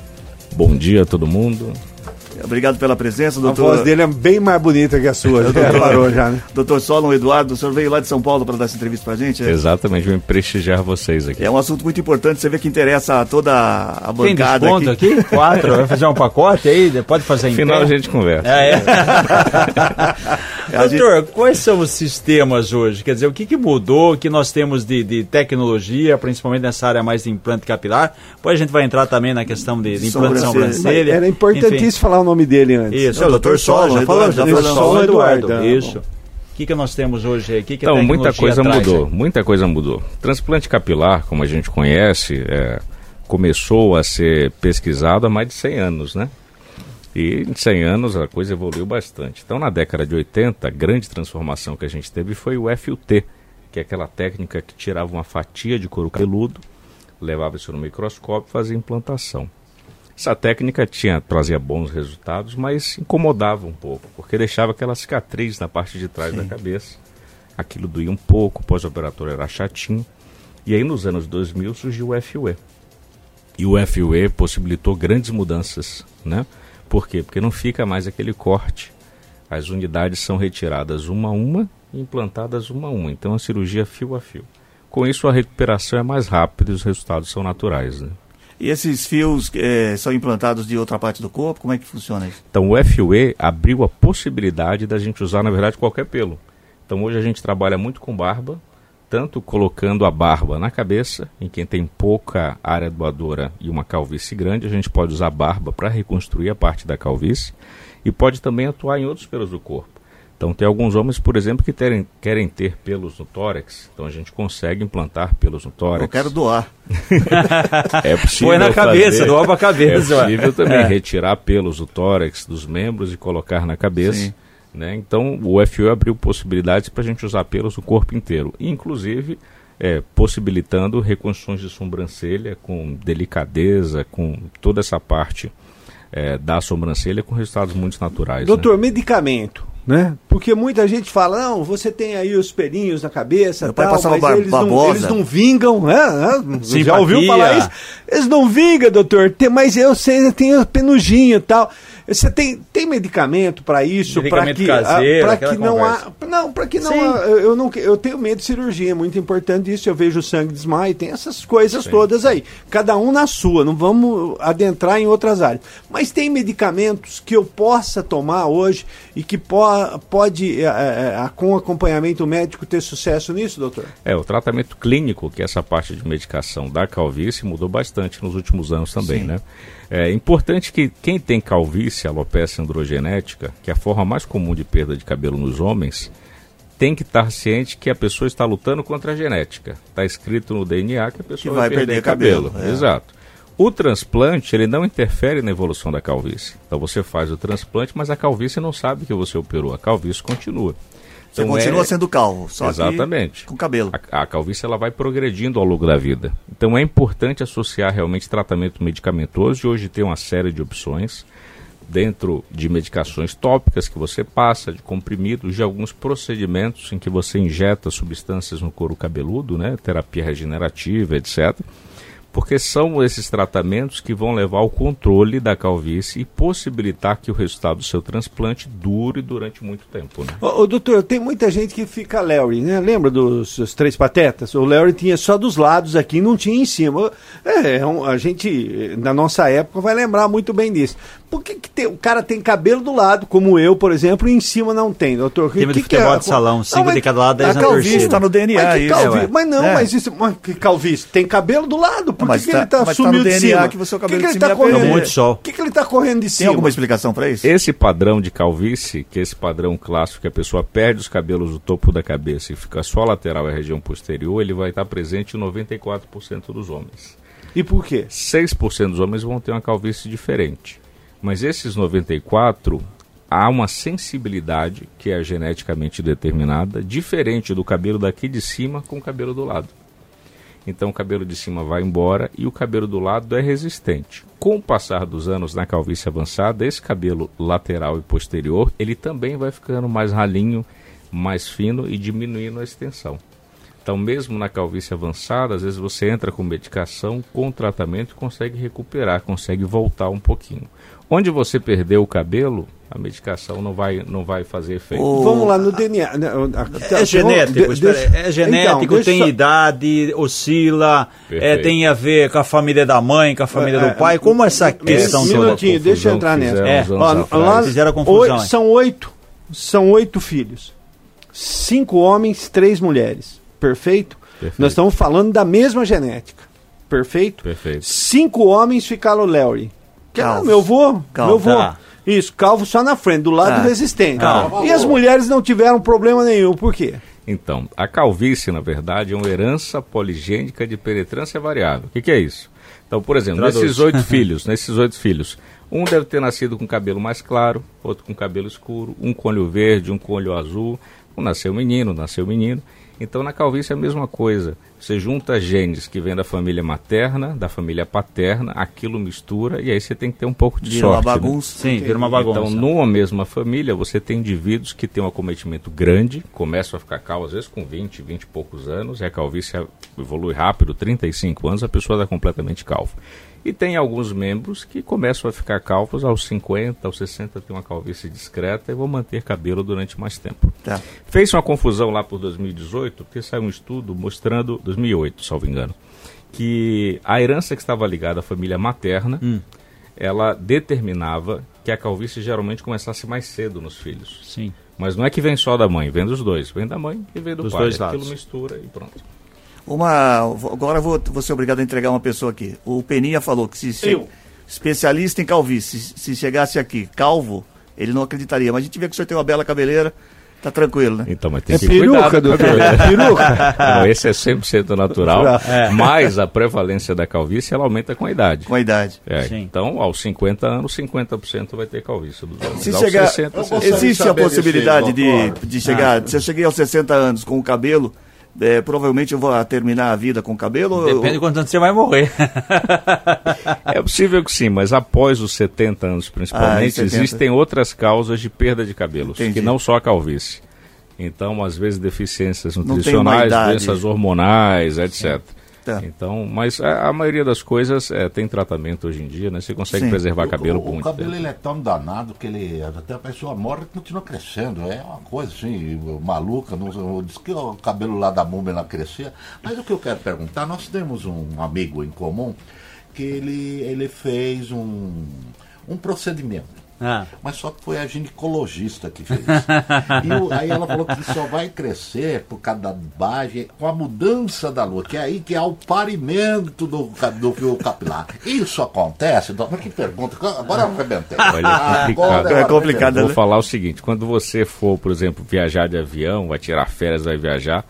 Speaker 9: Bom dia a todo mundo.
Speaker 1: Obrigado pela presença,
Speaker 4: A
Speaker 1: doutor.
Speaker 4: voz dele é bem mais bonita que a sua. Já reparou já, né?
Speaker 1: Doutor Solon Eduardo, o senhor veio lá de São Paulo para dar essa entrevista pra gente? né?
Speaker 9: Exatamente, vim prestigiar vocês aqui.
Speaker 1: É um assunto muito importante, você vê que interessa a toda a
Speaker 3: Tem
Speaker 1: bancada
Speaker 3: desconto
Speaker 1: aqui.
Speaker 3: aqui? Quatro. Vai fazer um pacote aí? Pode fazer em
Speaker 9: Afinal,
Speaker 3: pé?
Speaker 9: a gente conversa.
Speaker 3: É, é.
Speaker 1: A gente-
Speaker 3: Ah, Doutor, quais são os sistemas hoje? Quer dizer, o que, que mudou, o que nós temos de, de tecnologia, principalmente nessa área mais de implante capilar? Depois a gente vai entrar também na questão de, de implante de
Speaker 1: Sobrancelha.
Speaker 3: sobrancelha.
Speaker 4: Era importantíssimo falar o nome dele antes.
Speaker 3: Enfim, isso,
Speaker 1: Não,
Speaker 3: é o doutor
Speaker 1: Dr. Solo,
Speaker 3: Solo, já
Speaker 1: Eduardo,
Speaker 3: falamos,
Speaker 1: já
Speaker 3: Dr.
Speaker 1: falamos.
Speaker 3: Solo Eduardo.
Speaker 4: Eduardo, ah,
Speaker 3: Isso. que, que nós temos hoje aí? Que que a
Speaker 9: Então, muita
Speaker 3: tecnologia
Speaker 9: coisa
Speaker 3: traz né?
Speaker 9: mudou,
Speaker 3: aí?
Speaker 9: muita coisa mudou. Transplante capilar, como a gente conhece, é, começou a ser pesquisado há mais de 100 anos, né? E em 100 anos a coisa evoluiu bastante. Então, na década de 80, a grande transformação que a gente teve foi o FUT, que é aquela técnica que tirava uma fatia de couro cabeludo, levava isso no microscópio e fazia implantação. Essa técnica tinha, trazia bons resultados, mas incomodava um pouco, porque deixava aquela cicatriz na parte de trás da cabeça. Aquilo doía um pouco, o pós-operatório era chatinho. E aí, nos anos 2000, surgiu o FUE. E o FUE possibilitou grandes mudanças, né? Por quê? Porque não fica mais aquele corte. As unidades são retiradas uma a uma e implantadas uma a uma. Então, a cirurgia fio a fio. Com isso, a recuperação é mais rápida e os resultados são naturais, né?
Speaker 1: E esses fios eh, são implantados de outra parte do corpo? Como é que funciona isso?
Speaker 9: Então o FUE abriu a possibilidade da gente usar, na verdade, qualquer pelo. Então hoje a gente trabalha muito com barba, tanto colocando a barba na cabeça, em quem tem pouca área doadora e uma calvície grande, a gente pode usar a barba para reconstruir a parte da calvície e pode também atuar em outros pelos do corpo. Então tem alguns homens, por exemplo, que terem- querem ter pelos no tórax, então a gente consegue implantar pelos no tórax.
Speaker 1: Eu quero doar.
Speaker 9: É possível.
Speaker 3: Põe na cabeça,
Speaker 9: fazer-
Speaker 3: doa pra cabeça,
Speaker 9: É
Speaker 3: ué.
Speaker 9: possível também retirar pelos do tórax dos membros e colocar na cabeça. Né? Então, o FU abriu possibilidades para a gente usar pelos do corpo inteiro, inclusive é, possibilitando reconstruções de sobrancelha com delicadeza, com toda essa parte é, da sobrancelha, com resultados muito naturais. né?
Speaker 4: Doutor, medicamento, né? Porque muita gente fala, não, você tem aí os pelinhos na cabeça,
Speaker 1: Meu pai
Speaker 4: tal,
Speaker 1: passava
Speaker 4: mas
Speaker 1: ba-
Speaker 4: eles não,
Speaker 1: babosa.
Speaker 4: eles não vingam, né? né? Já
Speaker 3: Simpatia.
Speaker 4: ouviu falar isso? Eles não vingam, doutor, tem, mas eu sei, eu tenho penuginha e tal. Você tem, tem medicamento para isso, para
Speaker 3: Medicamento
Speaker 4: que,
Speaker 3: caseiro,
Speaker 4: para
Speaker 3: aquela
Speaker 4: que não
Speaker 3: conversa.
Speaker 4: há, não, para que não
Speaker 3: Sim.
Speaker 4: há, eu eu não, que- eu tenho medo de cirurgia, é muito importante isso, eu vejo sangue desmaio, tem essas coisas todas aí. Cada um na sua, não vamos adentrar em outras áreas. Mas tem medicamentos que eu possa tomar hoje e que po- pode, eh, eh, eh, com acompanhamento médico, ter sucesso nisso, doutor?
Speaker 9: É, o tratamento clínico, que é essa parte de medicação da calvície, mudou bastante nos últimos anos também, né? É importante que quem tem calvície, alopecia androgenética, que é a forma mais comum de perda de cabelo nos homens, tem que estar ciente que a pessoa está lutando contra a genética. Está escrito no DNA que a pessoa
Speaker 1: Que vai perder
Speaker 9: cabelo.
Speaker 1: cabelo, é.
Speaker 9: Exato. O transplante, ele não interfere na evolução da calvície. Então você faz o transplante, mas a calvície não sabe que você operou. A calvície continua.
Speaker 1: Você
Speaker 9: Então,
Speaker 1: continua
Speaker 9: é-
Speaker 1: sendo calvo, só que
Speaker 9: Exatamente.
Speaker 1: com cabelo.
Speaker 9: A, a calvície ela vai progredindo ao longo da vida. Então é importante associar realmente tratamento medicamentoso e hoje tem uma série de opções dentro de medicações tópicas que você passa, de comprimidos, de alguns procedimentos em que você injeta substâncias no couro cabeludo, né, terapia regenerativa, etc. Porque são esses tratamentos que vão levar ao controle da calvície e possibilitar que o resultado do seu transplante dure durante muito tempo. Né?
Speaker 4: Ô, ô, doutor, tem muita gente que fica Larry, né? Lembra dos, dos três patetas? O Larry tinha só dos lados aqui, não tinha em cima. É, é um- a gente, eh, na nossa época, vai lembrar muito bem disso. Por que, que tem- o cara tem cabelo do lado, como eu, por exemplo, e em cima não tem, doutor?
Speaker 3: Time de futebol
Speaker 4: é
Speaker 3: de salão, cinco de cada lado, dez
Speaker 4: a
Speaker 3: na
Speaker 4: calvície
Speaker 3: torcida.
Speaker 1: Tá no DNA
Speaker 4: mas que
Speaker 1: isso,
Speaker 4: calvície-
Speaker 1: ué.
Speaker 4: Mas não,
Speaker 1: É.
Speaker 4: mas isso, mas que calvície, tem cabelo do lado, por
Speaker 1: mas
Speaker 4: que, que
Speaker 1: tá-
Speaker 4: ele tá
Speaker 1: mas tá no
Speaker 4: sumiu de
Speaker 1: DNA
Speaker 4: cima?
Speaker 1: que você
Speaker 4: Por
Speaker 1: acabou
Speaker 4: que
Speaker 1: de
Speaker 4: que
Speaker 1: se
Speaker 4: ele tá
Speaker 1: me
Speaker 4: correndo?
Speaker 1: aprender.
Speaker 3: Muito sol.
Speaker 4: Por que, que ele tá correndo de
Speaker 1: Tem
Speaker 4: cima?
Speaker 1: alguma explicação para isso?
Speaker 9: Esse padrão de calvície, que é esse padrão clássico que a pessoa perde os cabelos do topo da cabeça e fica só a lateral e a região posterior, ele vai estar presente em 94% dos homens.
Speaker 4: E por quê?
Speaker 9: 6% dos homens vão ter uma calvície diferente. Mas esses 94 há uma sensibilidade que é geneticamente determinada, diferente do cabelo daqui de cima com o cabelo do lado. Então o cabelo de cima vai embora e o cabelo do lado é resistente. Com o passar dos anos na calvície avançada, esse cabelo lateral e posterior, ele também vai ficando mais ralinho, mais fino e diminuindo a extensão. Então, mesmo na calvície avançada, às vezes você entra com medicação, com tratamento, e consegue recuperar, consegue voltar um pouquinho. Onde você perdeu o cabelo, a medicação não vai, não vai fazer efeito.
Speaker 4: Vamos lá no DNA. né, o- a-
Speaker 3: É
Speaker 4: tá,
Speaker 3: genético,
Speaker 4: de-
Speaker 3: espera aí.
Speaker 4: deixa-
Speaker 3: é genético,
Speaker 4: Então, deixa
Speaker 3: tem
Speaker 4: eu só-
Speaker 3: idade, oscila, é,
Speaker 9: Perfeito.
Speaker 3: tem a ver com a família da mãe, com a família do pai, como essa questão
Speaker 4: É, Um
Speaker 3: toda.
Speaker 4: minutinho, deixa eu
Speaker 9: confusão
Speaker 4: entrar
Speaker 9: que
Speaker 4: nessa.
Speaker 9: fizeram uns
Speaker 4: É,
Speaker 9: anos
Speaker 4: ó,
Speaker 9: atrás.
Speaker 4: lá-
Speaker 3: Fizeram confusão,
Speaker 4: oi-
Speaker 3: hein?
Speaker 4: são oito, são oito filhos, cinco homens, três mulheres. Perfeito?
Speaker 9: Perfeito.
Speaker 4: Nós estamos falando da mesma genética. Perfeito?
Speaker 9: Perfeito.
Speaker 4: Cinco homens ficaram Larry. Que era
Speaker 1: Calvos.
Speaker 4: meu avô,
Speaker 1: Calvos.
Speaker 4: meu avô.
Speaker 3: Tá.
Speaker 4: Isso, calvo só na frente, do lado
Speaker 1: Tá.
Speaker 4: resistente.
Speaker 3: Calvo.
Speaker 4: E as mulheres não tiveram problema nenhum, por quê?
Speaker 9: Então, a calvície, na verdade, é uma herança poligênica de penetrância variável. O que, que é isso? Então, por exemplo,
Speaker 3: Traduz.
Speaker 9: nesses oito filhos, nesses oito filhos, um deve ter nascido com cabelo mais claro, outro com cabelo escuro, um com olho verde, um com olho azul, um nasceu menino, um nasceu menino. Então, na calvície é a mesma coisa. Você junta genes que vêm da família materna, da família paterna, aquilo mistura e aí você tem que ter um pouco de
Speaker 1: Vira uma
Speaker 9: sorte. né?
Speaker 1: bagunça.
Speaker 3: Sim, vira uma bagunça.
Speaker 9: Então, numa mesma família, você tem indivíduos que têm um acometimento grande, começam a ficar calvos, às vezes com 20, 20 e poucos anos, e a calvície evolui rápido, 35 anos, a pessoa está completamente calva. E tem alguns membros que começam a ficar calvos aos 50, aos 60, tem uma calvície discreta e vão manter cabelo durante mais tempo.
Speaker 1: Tá.
Speaker 9: Fez uma confusão lá por 2018, porque saiu um estudo mostrando, 2008, salvo engano, que a herança que estava ligada à família materna,
Speaker 4: Hum.
Speaker 9: ela determinava que a calvície geralmente começasse mais cedo nos filhos.
Speaker 3: Sim.
Speaker 9: Mas não é que vem só da mãe, vem dos dois. Vem da mãe e vem do
Speaker 3: Dos
Speaker 9: pai.
Speaker 3: dois
Speaker 9: Aquilo
Speaker 3: lados.
Speaker 9: mistura e pronto.
Speaker 1: Uma. Agora eu vou, vou ser obrigado a entregar uma pessoa aqui. O Peninha falou que se. se- Especialista em calvície. Se, se chegasse aqui calvo, ele não acreditaria. Mas a gente vê que o senhor tem uma bela cabeleira. Tá tranquilo, né?
Speaker 9: Então, mas tem
Speaker 4: É
Speaker 9: que
Speaker 4: peruca,
Speaker 9: cuidar. com a
Speaker 4: doutor,
Speaker 9: cabeleira.
Speaker 4: é peruca.
Speaker 9: Não, esse é 100% natural, É. mas a prevalência da calvície ela aumenta com a idade.
Speaker 1: Com a idade.
Speaker 9: É,
Speaker 3: Sim.
Speaker 9: então, aos 50 anos, 50% vai ter calvície dos homens.
Speaker 1: Se
Speaker 9: aos
Speaker 1: chegar,
Speaker 9: 60, 60.
Speaker 1: existe a
Speaker 2: saber
Speaker 1: possibilidade
Speaker 2: disso aí,
Speaker 1: de, de chegar.
Speaker 3: Ah.
Speaker 1: Se eu cheguei aos 60 anos com o cabelo, é, provavelmente eu vou terminar a vida com o cabelo. ou-
Speaker 3: Depende de quanto você vai morrer.
Speaker 9: É possível que sim, mas após os 70 anos,
Speaker 1: Ah, em
Speaker 9: principalmente,
Speaker 1: 70.
Speaker 9: existem outras causas de perda de cabelos,
Speaker 1: Entendi.
Speaker 9: que não só a calvície. Então, às vezes, deficiências
Speaker 1: tem uma
Speaker 9: nutricionais,
Speaker 1: idade.
Speaker 9: doenças hormonais, etc.
Speaker 1: Tá.
Speaker 9: Então, mas a, a maioria das coisas é, tem tratamento hoje em dia, né? Você consegue
Speaker 1: Sim.
Speaker 9: preservar cabelo
Speaker 2: o,
Speaker 9: por
Speaker 2: o
Speaker 9: muito
Speaker 2: cabelo
Speaker 9: tempo.
Speaker 2: ele é tão danado que ele até a pessoa morre e continua crescendo. É uma coisa assim, maluca. Não, não- diz que o cabelo lá da múmia não crescia. Mas o que eu quero perguntar, nós temos um amigo em comum que ele, ele fez um, um procedimento.
Speaker 3: Ah.
Speaker 2: Mas só que foi a ginecologista que fez. e o- aí ela falou que só vai crescer por causa da bagem, com a mudança da lua, que é aí que há o parimento do, ca- do fio capilar. Isso acontece? Dó- Mas que pergunta, agora eu arrebentei.
Speaker 9: Olha, é complicado.
Speaker 2: eu
Speaker 1: É complicado,
Speaker 9: Vou
Speaker 1: né?
Speaker 9: falar o seguinte, quando você for, por exemplo, viajar de avião, vai tirar férias, vai viajar,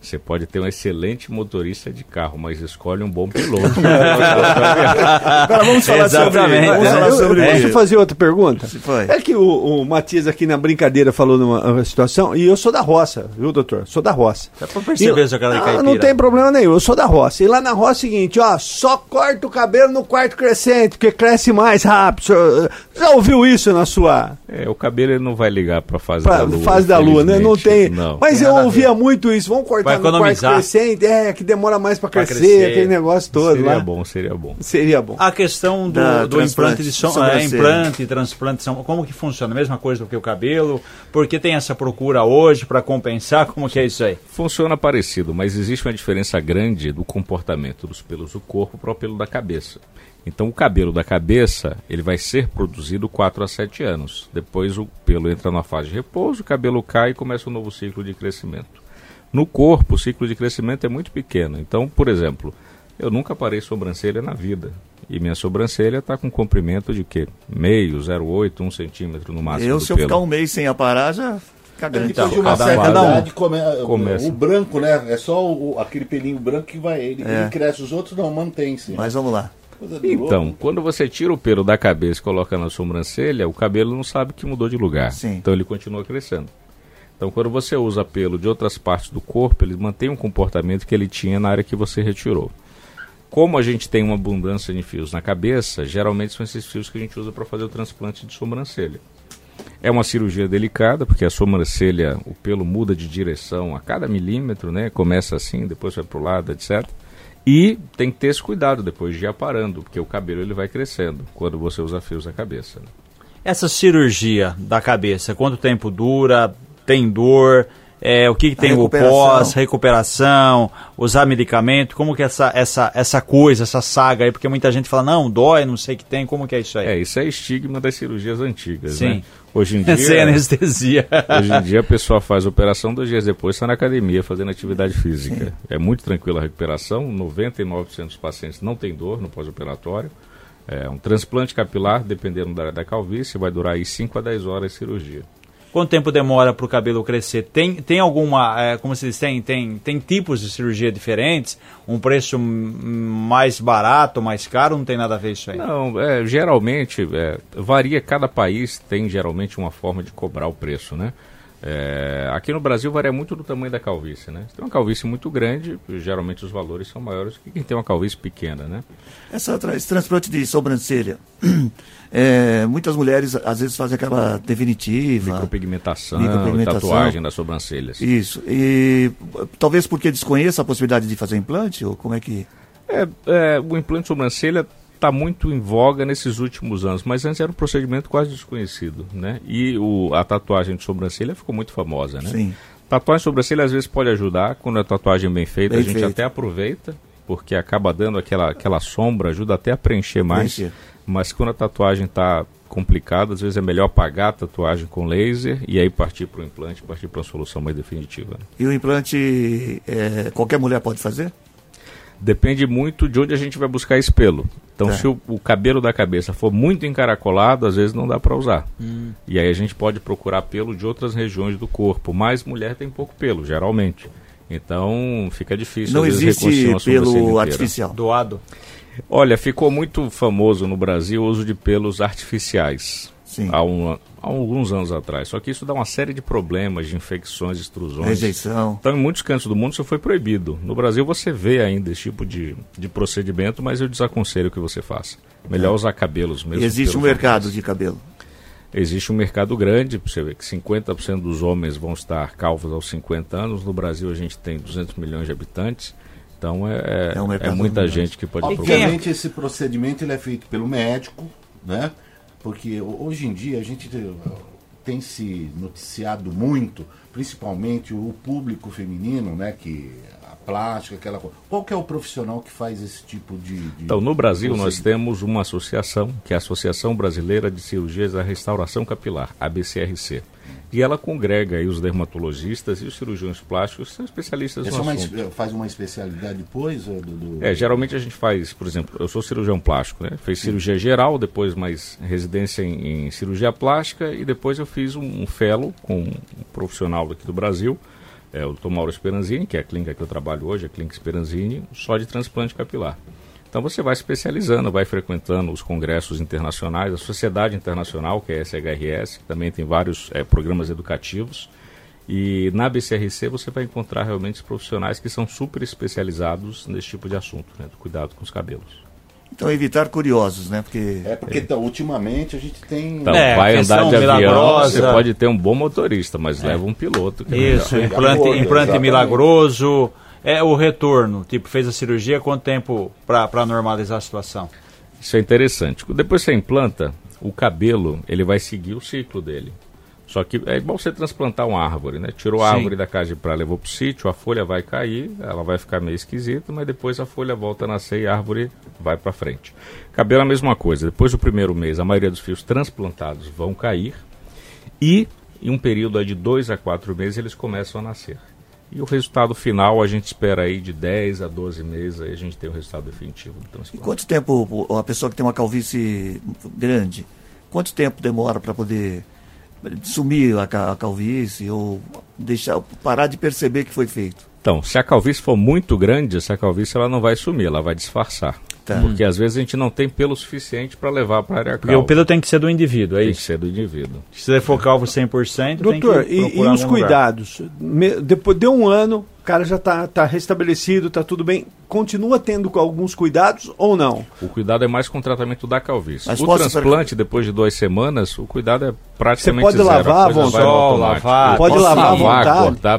Speaker 9: você pode ter um excelente motorista de carro, mas escolhe um bom piloto.
Speaker 1: Agora vamos falar sobre
Speaker 3: Exatamente.
Speaker 1: Vamos
Speaker 3: É,
Speaker 1: falar
Speaker 4: né? Eu- eu
Speaker 1: sobre
Speaker 4: posso
Speaker 1: isso.
Speaker 4: fazer outra pergunta?
Speaker 1: Foi.
Speaker 4: É que o, o Matias aqui na brincadeira falou numa uma situação, e eu sou da roça, viu, doutor? Sou da roça.
Speaker 3: Dá pra perceber
Speaker 4: E-
Speaker 3: essa cara de
Speaker 4: Ah,
Speaker 3: caipira.
Speaker 4: Não tem problema nenhum, eu sou da roça. E lá na roça é o seguinte, ó, só corta o cabelo no quarto crescente, porque cresce mais rápido. senhor. Já ouviu isso na sua
Speaker 9: É, o cabelo ele não vai ligar pra fase
Speaker 4: pra-
Speaker 9: da lua.
Speaker 4: fase da lua, né? Não tem.
Speaker 9: infelizmente. Não.
Speaker 4: Mas
Speaker 3: Tem
Speaker 4: eu
Speaker 3: nada a
Speaker 4: ouvia muito isso, vamos
Speaker 3: Vai
Speaker 4: cortar no quarto
Speaker 3: economizar.
Speaker 4: crescente, é, que demora mais pra
Speaker 3: Pra
Speaker 4: crescer,
Speaker 3: crescer.
Speaker 4: aquele negócio todo
Speaker 9: seria
Speaker 4: lá.
Speaker 9: bom, seria bom.
Speaker 4: Seria bom.
Speaker 3: A questão do,
Speaker 1: Da
Speaker 3: do
Speaker 1: transplante
Speaker 3: implante de som,
Speaker 1: sobrancelha.
Speaker 3: é, implante, transplante, são, como que funciona? Mesma coisa do que o cabelo? Porque tem essa procura hoje para compensar? Como que é isso aí?
Speaker 9: Funciona parecido, mas existe uma diferença grande do comportamento dos pelos do corpo para o pelo da cabeça. Então o cabelo da cabeça, ele vai ser produzido 4 a 7 anos. Depois o pelo entra na fase de repouso, o cabelo cai e começa um novo ciclo de crescimento. No corpo, o ciclo de crescimento é muito pequeno. Então, por exemplo, eu nunca parei sobrancelha na vida. E minha sobrancelha está com comprimento de quê? Meio, 0,8, 1 centímetro no máximo
Speaker 1: Eu,
Speaker 9: do
Speaker 1: se eu
Speaker 9: pelo.
Speaker 1: ficar um mês sem aparar, já fica grande.
Speaker 3: Então.
Speaker 2: Depois de uma
Speaker 9: cada
Speaker 2: certa
Speaker 9: um-
Speaker 2: idade, come-
Speaker 9: Começa.
Speaker 2: o branco, né? É só o- o- aquele pelinho branco que vai. Ele, ele cresce, os outros não, mantém-se.
Speaker 1: Mas vamos lá.
Speaker 2: Coisa de louco.
Speaker 9: Então, quando você tira o pelo da cabeça e coloca na sobrancelha, o cabelo não sabe que mudou de lugar.
Speaker 1: Sim.
Speaker 9: Então ele continua crescendo. Então, quando você usa pelo de outras partes do corpo, ele mantém um comportamento que ele tinha na área que você retirou. Como a gente tem uma abundância de fios na cabeça, geralmente são esses fios que a gente usa para fazer o transplante de sobrancelha. É uma cirurgia delicada, porque a sobrancelha, o pelo muda de direção a cada milímetro, né? Começa assim, depois vai para o lado, etc. E tem que ter esse cuidado depois de ir aparando, porque o cabelo ele vai crescendo quando você usa fios na cabeça. né?
Speaker 3: Essa cirurgia da cabeça, quanto tempo dura? Tem dor? É, o que, que tem o
Speaker 1: recuperação.
Speaker 3: pós, recuperação, usar medicamento, como que é essa, essa, essa coisa, essa saga aí, porque muita gente fala, não, dói, não sei o que tem, como que é isso aí?
Speaker 9: É, isso é estigma das cirurgias antigas,
Speaker 3: Sim.
Speaker 9: né? Hoje em dia,
Speaker 3: Sem anestesia.
Speaker 9: hoje em dia a pessoa faz a operação, dois dias depois está na academia fazendo atividade física. É muito tranquila a recuperação, 99% dos pacientes não tem dor no pós-operatório. É, um transplante capilar, dependendo da, da calvície, vai durar aí 5 a 10 horas de cirurgia.
Speaker 3: Quanto tempo demora para o cabelo crescer? Tem, tem alguma, eh, como se diz, tem, tem, tem tipos de cirurgia diferentes? Um preço hum, mais barato, mais caro? Não tem nada a ver isso aí.
Speaker 9: Não, é, geralmente é, varia, cada país tem geralmente uma forma de cobrar o preço, né? É, aqui no Brasil varia muito do tamanho da calvície, né? Se tem uma calvície muito grande, geralmente os valores são maiores que quem tem uma calvície pequena, né?
Speaker 1: Essa, tra- esse transplante de sobrancelha. é, muitas mulheres às vezes fazem aquela definitiva.
Speaker 9: Micropigmentação,
Speaker 1: Tá. Micropigmentação.
Speaker 9: tatuagem das sobrancelhas.
Speaker 1: Isso. E eh, talvez porque desconheça a possibilidade de fazer implante, ou como é que.
Speaker 9: É, é, o implante de sobrancelha está muito em voga nesses últimos anos, mas antes era um procedimento quase desconhecido, né? E o- a tatuagem de sobrancelha ficou muito famosa, né?
Speaker 1: Sim.
Speaker 9: Tatuagem de sobrancelha às vezes pode ajudar, quando é tatuagem bem feita,
Speaker 1: Bem
Speaker 9: a gente
Speaker 1: feita.
Speaker 9: até aproveita, porque acaba dando aquela, aquela sombra, ajuda até a preencher mais.
Speaker 1: Preencher.
Speaker 9: Mas quando a tatuagem está complicada, às vezes é melhor apagar a tatuagem com laser e aí partir para o implante, partir para uma solução mais definitiva. né?
Speaker 1: E o implante eh, qualquer mulher pode fazer?
Speaker 9: Depende muito de onde a gente vai buscar esse pelo. Então,
Speaker 1: Tá.
Speaker 9: se o, o cabelo da cabeça for muito encaracolado, às vezes não dá para usar.
Speaker 1: Hum.
Speaker 9: E aí a gente pode procurar pelo de outras regiões do corpo. Mas mulher tem pouco pelo, geralmente. Então, fica difícil.
Speaker 1: Não
Speaker 9: às vezes, reconstruir
Speaker 1: existe
Speaker 9: uma sobrancelha
Speaker 1: pelo
Speaker 9: inteira.
Speaker 1: artificial.
Speaker 3: Doado.
Speaker 9: Olha, ficou muito famoso no Brasil o uso de pelos artificiais.
Speaker 1: Sim.
Speaker 9: Há, um- há alguns anos atrás. Só que isso dá uma série de problemas, de infecções, extrusões.
Speaker 1: é Rejeição.
Speaker 9: Então, em muitos cantos do mundo isso foi proibido. No Brasil você vê ainda esse tipo de, de procedimento, mas eu desaconselho que você faça. Melhor usar cabelos mesmo.
Speaker 1: É. Existe um
Speaker 9: é pelo-
Speaker 1: mercado de cabelo.
Speaker 9: Existe um mercado grande, você vê que 50% dos homens vão estar calvos aos 50 anos. No Brasil a gente tem 200 milhões de habitantes. Então é,
Speaker 1: É um
Speaker 9: é,
Speaker 1: mercado
Speaker 9: muita
Speaker 1: grande.
Speaker 9: gente que pode procurar.
Speaker 2: Obviamente, esse procedimento ele é feito pelo médico, né? Porque ho- hoje em dia a gente te- tem se noticiado muito, principalmente o público feminino, né? Que a plástica, aquela coisa. Qual que é o profissional que faz esse tipo de. de-
Speaker 9: Então, no Brasil, nós
Speaker 2: procedimento?
Speaker 9: temos uma associação, que é a Associação Brasileira de Cirurgias da Restauração Capilar, ABCRC. E ela congrega aí os dermatologistas e os cirurgiões plásticos, que são especialistas
Speaker 2: É
Speaker 9: no
Speaker 2: só uma
Speaker 9: um assunto.
Speaker 2: es- faz uma especialidade depois? ou Do, do-
Speaker 9: É, geralmente a gente faz, por exemplo, eu sou cirurgião plástico, né? Fiz cirurgia geral, depois mais residência em, em cirurgia plástica e depois eu fiz um, um fellow com um profissional aqui do Brasil, é, o Dr. Mauro Speranzini, que é a clínica que eu trabalho hoje, a clínica Speranzini, só de transplante capilar. Então você vai se especializando, vai frequentando os congressos internacionais, a Sociedade Internacional, que é a SHRS, que também tem vários é, programas educativos. E na BCRC você vai encontrar realmente os profissionais que são super especializados nesse tipo de assunto, né, do cuidado com os cabelos.
Speaker 1: Então evitar curiosos, né? Porque
Speaker 2: É porque tá, ultimamente a gente tem.
Speaker 9: Então,
Speaker 3: É,
Speaker 9: vai
Speaker 3: questão
Speaker 9: andar de avião,
Speaker 3: milagrosa.
Speaker 9: você pode ter um bom motorista, mas leva um piloto. Que é
Speaker 3: Isso,
Speaker 9: melhor.
Speaker 3: implante,
Speaker 2: Milagroso,
Speaker 3: implante
Speaker 2: exatamente.
Speaker 3: milagroso. É o retorno. Tipo, fez a cirurgia, quanto tempo para normalizar a situação?
Speaker 9: Isso é interessante. Depois que você implanta, o cabelo ele vai seguir o ciclo dele. Só que é igual você transplantar uma árvore, né? Tirou a
Speaker 3: Sim.
Speaker 9: árvore da casa de praia, levou pro sítio, a folha vai cair, ela vai ficar meio esquisita, mas depois a folha volta a nascer e a árvore vai para frente. Cabelo é a mesma coisa. Depois do primeiro mês, a maioria dos fios transplantados vão cair e em um período aí de dois a quatro meses eles começam a nascer. E o resultado final a gente espera aí de 10 a 12 meses, aí a gente tem o resultado definitivo do
Speaker 1: E
Speaker 9: transplante.
Speaker 1: quanto tempo o- a pessoa que tem uma calvície grande, quanto tempo demora para poder sumir a ca- a calvície ou deixar parar de perceber que foi feito?
Speaker 9: Então, se a calvície for muito grande, essa calvície ela não vai sumir, ela vai disfarçar.
Speaker 1: Tá.
Speaker 9: Porque às vezes a gente não tem pelo suficiente para levar para a área
Speaker 3: Porque o
Speaker 9: calva.
Speaker 3: pelo tem que ser do indivíduo, é
Speaker 9: Tem que
Speaker 3: isso.
Speaker 9: ser do indivíduo.
Speaker 3: Se você for calvo 100%,
Speaker 4: Doutor,
Speaker 3: tem que
Speaker 4: e,
Speaker 3: procurar
Speaker 4: e os
Speaker 3: algum lugar.
Speaker 4: cuidados? Me- depois de um ano, o cara já está tá restabelecido, tá tudo bem. Continua tendo com alguns cuidados ou não?
Speaker 9: O cuidado é mais com o tratamento da calvície.
Speaker 1: Mas
Speaker 9: o
Speaker 1: posso-
Speaker 9: transplante, depois de duas semanas, o cuidado é praticamente
Speaker 4: Você pode
Speaker 9: zero.
Speaker 4: lavar à
Speaker 9: a coisa vai no
Speaker 3: vontade?
Speaker 9: automático.
Speaker 3: Lavar,
Speaker 4: Pode
Speaker 9: Posso
Speaker 4: lavar à vontade?
Speaker 9: cortar,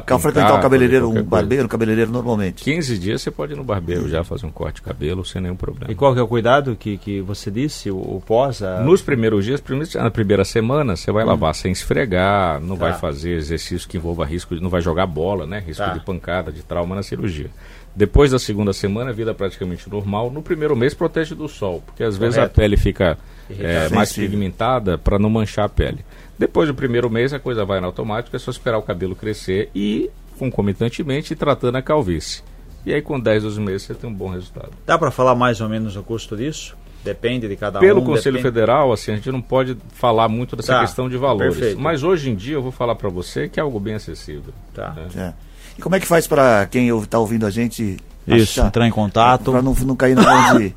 Speaker 1: Ca-
Speaker 9: pintar,
Speaker 1: Frequentar o cabeleireiro,
Speaker 9: fazer
Speaker 1: um
Speaker 9: qualquer coisa.
Speaker 1: barbeiro, cabeleireiro normalmente.
Speaker 9: 15 dias você pode ir no barbeiro já fazer um corte de cabelo sem nenhum problema.
Speaker 3: E qual que é o cuidado que, que você disse? O, o pós? A...
Speaker 9: Nos primeiros dias, primeiro- na primeira semana, você
Speaker 3: Hum.
Speaker 9: vai lavar sem esfregar, não vai fazer exercício que envolva risco, de- não vai jogar bola, né? Risco
Speaker 3: Tá.
Speaker 9: de pancada, de trauma na cirurgia. Depois da segunda semana, vida praticamente normal. No primeiro mês, protege do sol, porque às vezes a
Speaker 3: Correto.
Speaker 9: pele fica
Speaker 3: Irritada.
Speaker 9: é, mais
Speaker 1: Sensível.
Speaker 9: pigmentada para não manchar a pele. Depois do primeiro mês, a coisa vai no automático, é só esperar o cabelo crescer e, concomitantemente, tratando a calvície. E aí, com 10, 12 meses, você tem um bom resultado.
Speaker 3: Dá para falar mais ou menos o custo disso? Depende de cada
Speaker 9: Pelo
Speaker 3: um.
Speaker 9: Conselho
Speaker 3: depende-
Speaker 9: Federal, assim, a gente não pode falar muito dessa
Speaker 3: Tá,
Speaker 9: questão de valores.
Speaker 3: perfeito.
Speaker 9: Mas hoje em dia eu vou falar para você que é algo bem acessível.
Speaker 3: Tá.
Speaker 1: É. E como é que faz pra quem está ouvindo a gente
Speaker 3: Isso, entrar em contato.
Speaker 1: Pra não, não cair na mão de.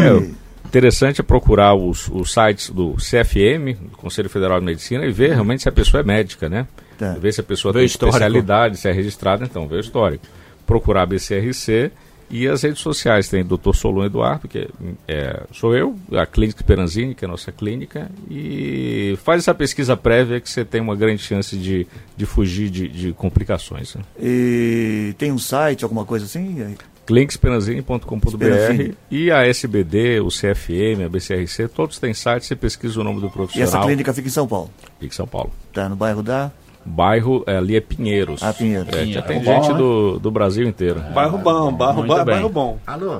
Speaker 9: É, o interessante é procurar os, os sites do CFM, do Conselho Federal de Medicina, e ver realmente se a pessoa é médica, né?
Speaker 1: Tá.
Speaker 9: Ver se a pessoa
Speaker 3: Ver o
Speaker 9: tem
Speaker 3: histórico.
Speaker 9: especialidade, se é registrada, então, ver o histórico. Procurar a BCRC e as redes sociais. Tem Dr. Solon Eduardo, que é, sou eu, a Clínica Peranzini, que é a nossa clínica, e faz essa pesquisa prévia que você tem uma grande chance de, de fugir de, de complicações. Né?
Speaker 1: E tem um site, alguma coisa assim?
Speaker 9: clinicsperanzini.com.br
Speaker 1: Speranzini.
Speaker 9: e a SBD, o CFM, a BCRC, todos têm site, você pesquisa o nome do
Speaker 1: E essa
Speaker 9: profissional.
Speaker 1: clínica fica em São Paulo.
Speaker 9: Fica em São Paulo.
Speaker 1: Tá, no bairro da.
Speaker 9: Bairro é, ali é Pinheiros.
Speaker 1: Ah, Pinheiros.
Speaker 9: É, já
Speaker 1: Pinheiros.
Speaker 9: tem
Speaker 1: Bom,
Speaker 9: gente
Speaker 1: né?
Speaker 9: do, do Brasil inteiro.
Speaker 4: É,
Speaker 2: É.
Speaker 4: Bairro bom, bairro,
Speaker 9: Muito
Speaker 4: ba-
Speaker 9: bem.
Speaker 4: bairro bom.
Speaker 2: Alô?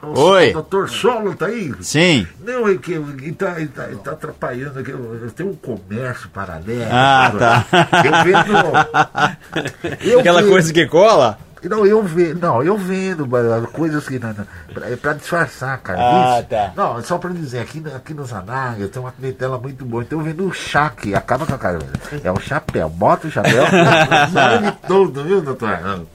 Speaker 3: Tá. Oi.
Speaker 2: Doutor Solo tá aí?
Speaker 3: Sim.
Speaker 2: Não, é que está tá, tá atrapalhando. aqui. Eu, eu tenho um comércio paralelo.
Speaker 3: Ah,
Speaker 2: tá. Eu vendo. eu
Speaker 3: Aquela
Speaker 2: vendo-
Speaker 3: coisa que cola?
Speaker 2: Não, eu vendo. Não, eu vendo ba- coisas que. não- não, pra- É pra disfarçar, cara.
Speaker 3: Ah,
Speaker 2: Isso.
Speaker 3: tá.
Speaker 2: Não, só pra dizer, aqui, na- aqui no Zanaga tem uma clientela muito boa. Então eu vendo um chá que acaba com a cara. É um chapéu. Bota o chapéu. Sabe todo, viu, doutor?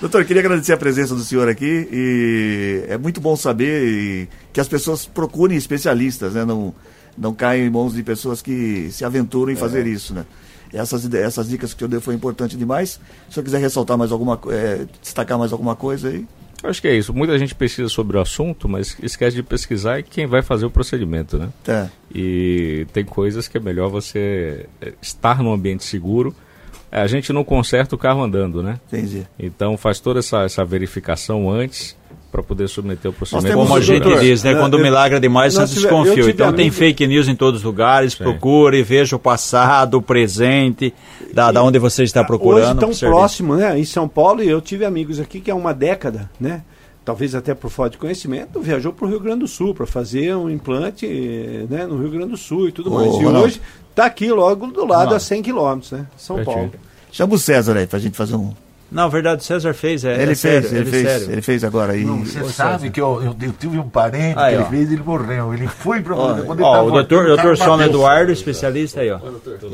Speaker 1: Doutor, queria agradecer a presença do senhor aqui e é muito bom saber e, que as pessoas procurem especialistas, né? Não, não caem em mãos de pessoas que se aventuram em fazer isso, né? Essas, ide- essas dicas que o senhor deu foi importante demais. Se o senhor quiser ressaltar mais alguma co- eh, destacar mais alguma coisa aí.
Speaker 9: Eu Acho que é isso. Muita gente pesquisa sobre o assunto, mas esquece de pesquisar e quem vai fazer o procedimento, né?
Speaker 1: Tá.
Speaker 9: E tem coisas que é melhor você eh, estar num ambiente seguro. Eh, A gente não conserta o carro andando, né?
Speaker 1: Entendi.
Speaker 9: Então faz toda essa, essa verificação antes para poder submeter o procedimento.
Speaker 1: temos
Speaker 3: Né? Como
Speaker 9: com
Speaker 3: a
Speaker 1: Doutor,
Speaker 3: gente
Speaker 9: segurança.
Speaker 3: diz, né?
Speaker 4: eu-
Speaker 3: Quando o
Speaker 4: eu-
Speaker 3: milagre é demais,
Speaker 4: nós
Speaker 3: Santos
Speaker 4: tive- eu
Speaker 3: desconfia.
Speaker 4: tive
Speaker 3: Então tem
Speaker 4: amigos-
Speaker 3: fake news em todos os lugares. Procure, veja o passado, o presente, da, da onde você está procurando.
Speaker 4: Hoje tão
Speaker 3: observe.
Speaker 4: próximo, né? Em São Paulo, e eu tive amigos aqui que há uma década, né? Talvez até por falta de conhecimento, viajou para o Rio Grande do Sul para fazer um implante eh, né, no Rio Grande do Sul e tudo
Speaker 1: Ô,
Speaker 4: mais. E
Speaker 1: Ronaldo.
Speaker 4: hoje está aqui logo do lado, a 100 quilômetros, né? São
Speaker 9: Pertinho.
Speaker 4: Paulo.
Speaker 1: Chama o César aí pra gente fazer um.
Speaker 3: Não, verdade, o César fez. É,
Speaker 1: ele
Speaker 3: é
Speaker 1: fez,
Speaker 3: sério,
Speaker 1: ele, fez,
Speaker 3: sério.
Speaker 1: ele fez agora aí.
Speaker 2: Não, você sabe que eu, eu, eu tive um parente
Speaker 3: Aí,
Speaker 2: que ele
Speaker 3: ó.
Speaker 2: fez ele morreu. Ele foi pra. quando ele
Speaker 3: Ó,
Speaker 2: tava
Speaker 3: o doutor,
Speaker 2: voltando,
Speaker 3: doutor
Speaker 2: o cara
Speaker 3: Sono
Speaker 2: bateu.
Speaker 3: Eduardo, especialista aí, ó.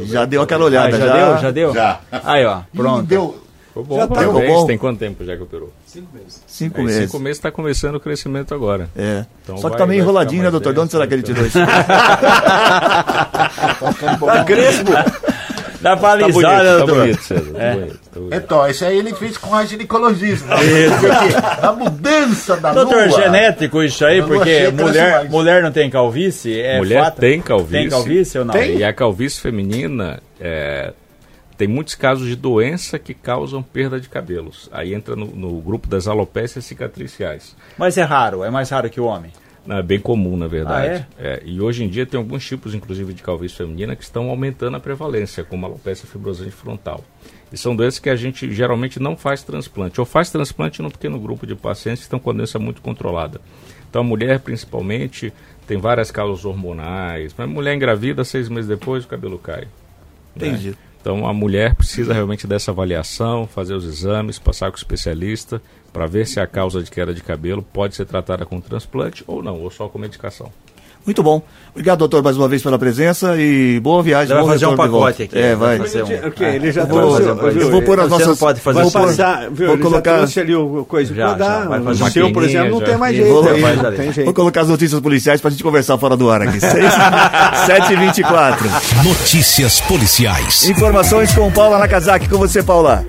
Speaker 1: já deu aquela
Speaker 3: Ah,
Speaker 1: olhada
Speaker 3: já, deu? Já deu?
Speaker 2: Já.
Speaker 3: Aí, ó,
Speaker 2: Ih,
Speaker 3: pronto.
Speaker 2: Deu.
Speaker 9: Ficou bom, Um
Speaker 1: Já tá
Speaker 9: parabéns.
Speaker 1: ficou bom?
Speaker 9: Tem quanto tempo já que operou?
Speaker 1: Cinco
Speaker 9: Aí,
Speaker 1: meses.
Speaker 9: É, Cinco meses está começando o crescimento agora.
Speaker 1: É.
Speaker 9: Então
Speaker 1: Só que
Speaker 9: vai-
Speaker 1: tá meio
Speaker 9: vai
Speaker 1: enroladinho, né,
Speaker 9: ficar mais
Speaker 1: doutor? De onde
Speaker 9: denso,
Speaker 1: será que ele
Speaker 9: então.
Speaker 1: tirou isso?
Speaker 9: É
Speaker 4: Tá crespo!
Speaker 3: Dá pra
Speaker 9: Tá bonito,
Speaker 3: alisar, né,
Speaker 9: tá
Speaker 3: doutor?
Speaker 9: bonito, César. tá bonito, tá bonito.
Speaker 2: Então, isso aí ele fez com a ginecologista. Porque a mudança da
Speaker 3: Doutor,
Speaker 2: lua.
Speaker 3: genético isso aí,
Speaker 2: Eu não
Speaker 3: porque
Speaker 2: achei
Speaker 3: mulher,
Speaker 2: mais.
Speaker 3: mulher não tem calvície? É
Speaker 9: Mulher
Speaker 3: fato?
Speaker 9: tem calvície.
Speaker 3: Tem calvície ou não?
Speaker 9: E a calvície feminina é, tem muitos casos de doença que causam perda de cabelos. Aí entra no, no grupo das alopécias cicatriciais.
Speaker 3: Mas é raro, é mais raro que o homem.
Speaker 9: Não, é bem comum, na verdade. É, e hoje em dia tem alguns tipos, inclusive, de calvície feminina que estão aumentando a prevalência, como a alopecia fibrosante frontal. E são doenças que a gente geralmente não faz transplante, ou faz transplante num pequeno grupo de pacientes que estão com a doença muito controlada. Então, a mulher, principalmente, tem várias causas hormonais, mas mulher engravida, seis meses depois, o cabelo cai.
Speaker 1: Entendi.
Speaker 9: Então a mulher precisa realmente dessa avaliação, fazer os exames, passar com o especialista para ver se a causa de queda de cabelo pode ser tratada com transplante ou não, ou só com medicação.
Speaker 1: Muito bom. Obrigado, doutor, mais uma vez pela presença e boa viagem.
Speaker 3: Ele vai
Speaker 1: bom
Speaker 3: fazer um
Speaker 1: retorno de
Speaker 3: pacote
Speaker 1: volta.
Speaker 3: aqui.
Speaker 1: É, vai.
Speaker 3: fazer um-
Speaker 4: Ok, ele já
Speaker 1: Eu
Speaker 3: vai
Speaker 1: vou,
Speaker 3: fazer
Speaker 4: trouxe-
Speaker 3: um
Speaker 4: viu,
Speaker 3: pacote.
Speaker 1: eu vou pôr as
Speaker 3: Você não
Speaker 1: nossas-
Speaker 3: pode fazer
Speaker 1: Vou
Speaker 4: Vai
Speaker 3: isso.
Speaker 4: passar, viu,
Speaker 1: vou
Speaker 4: ele já
Speaker 1: colocar-
Speaker 4: trouxe ali o o coisa
Speaker 3: Já,
Speaker 4: pra
Speaker 3: já, vai
Speaker 4: dar.
Speaker 3: fazer
Speaker 4: O
Speaker 9: uma
Speaker 4: seu, por
Speaker 9: maquininha,
Speaker 4: exemplo, não
Speaker 9: já.
Speaker 4: tem mais
Speaker 9: E
Speaker 4: jeito.
Speaker 1: vou-
Speaker 4: aí,
Speaker 3: faz
Speaker 4: Não
Speaker 3: ali.
Speaker 4: tem
Speaker 1: Vou
Speaker 4: jeito.
Speaker 1: colocar as notícias policiais pra gente conversar fora do ar aqui. 7h24.
Speaker 7: Notícias policiais.
Speaker 1: Informações com Paula Nakazaki. Com você, Paula.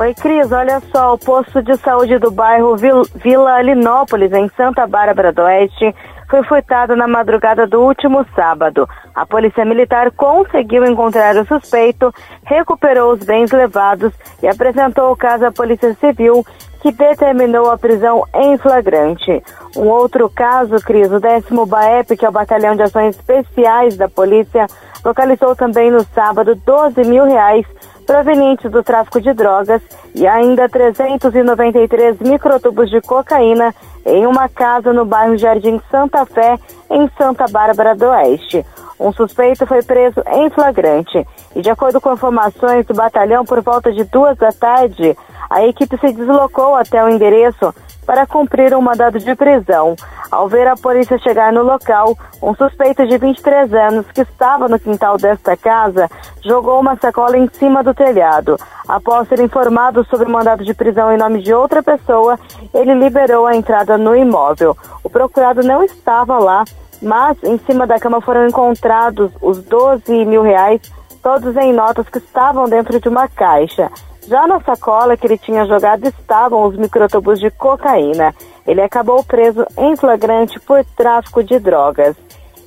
Speaker 8: Oi, Cris. Olha só, o posto de saúde do bairro Vil- Vila Alinópolis, em Santa Bárbara do Oeste, foi furtado na madrugada do último sábado. A polícia militar conseguiu encontrar o suspeito, recuperou os bens levados e apresentou o caso à Polícia Civil, que determinou a prisão em flagrante. Um outro caso, Cris, o décimo BAEP, que é o Batalhão de Ações Especiais da Polícia, localizou também no sábado 12 mil reais provenientes do tráfico de drogas e ainda 393 microtubos de cocaína em uma casa no bairro Jardim Santa Fé, em Santa Bárbara do Oeste. Um suspeito foi preso em flagrante e, de acordo com informações do batalhão, por volta de duas da tarde, a equipe se deslocou até o endereço para cumprir um mandado de prisão. Ao ver a polícia chegar no local, um suspeito de 23 anos que estava no quintal desta casa jogou uma sacola em cima do telhado. Após ser informado sobre o mandado de prisão em nome de outra pessoa, ele liberou a entrada no imóvel. O procurado não estava lá, mas em cima da cama foram encontrados os 12 mil reais, todos em notas que estavam dentro de uma caixa. Já na sacola que ele tinha jogado estavam os microtubos de cocaína. Ele acabou preso em flagrante por tráfico de drogas.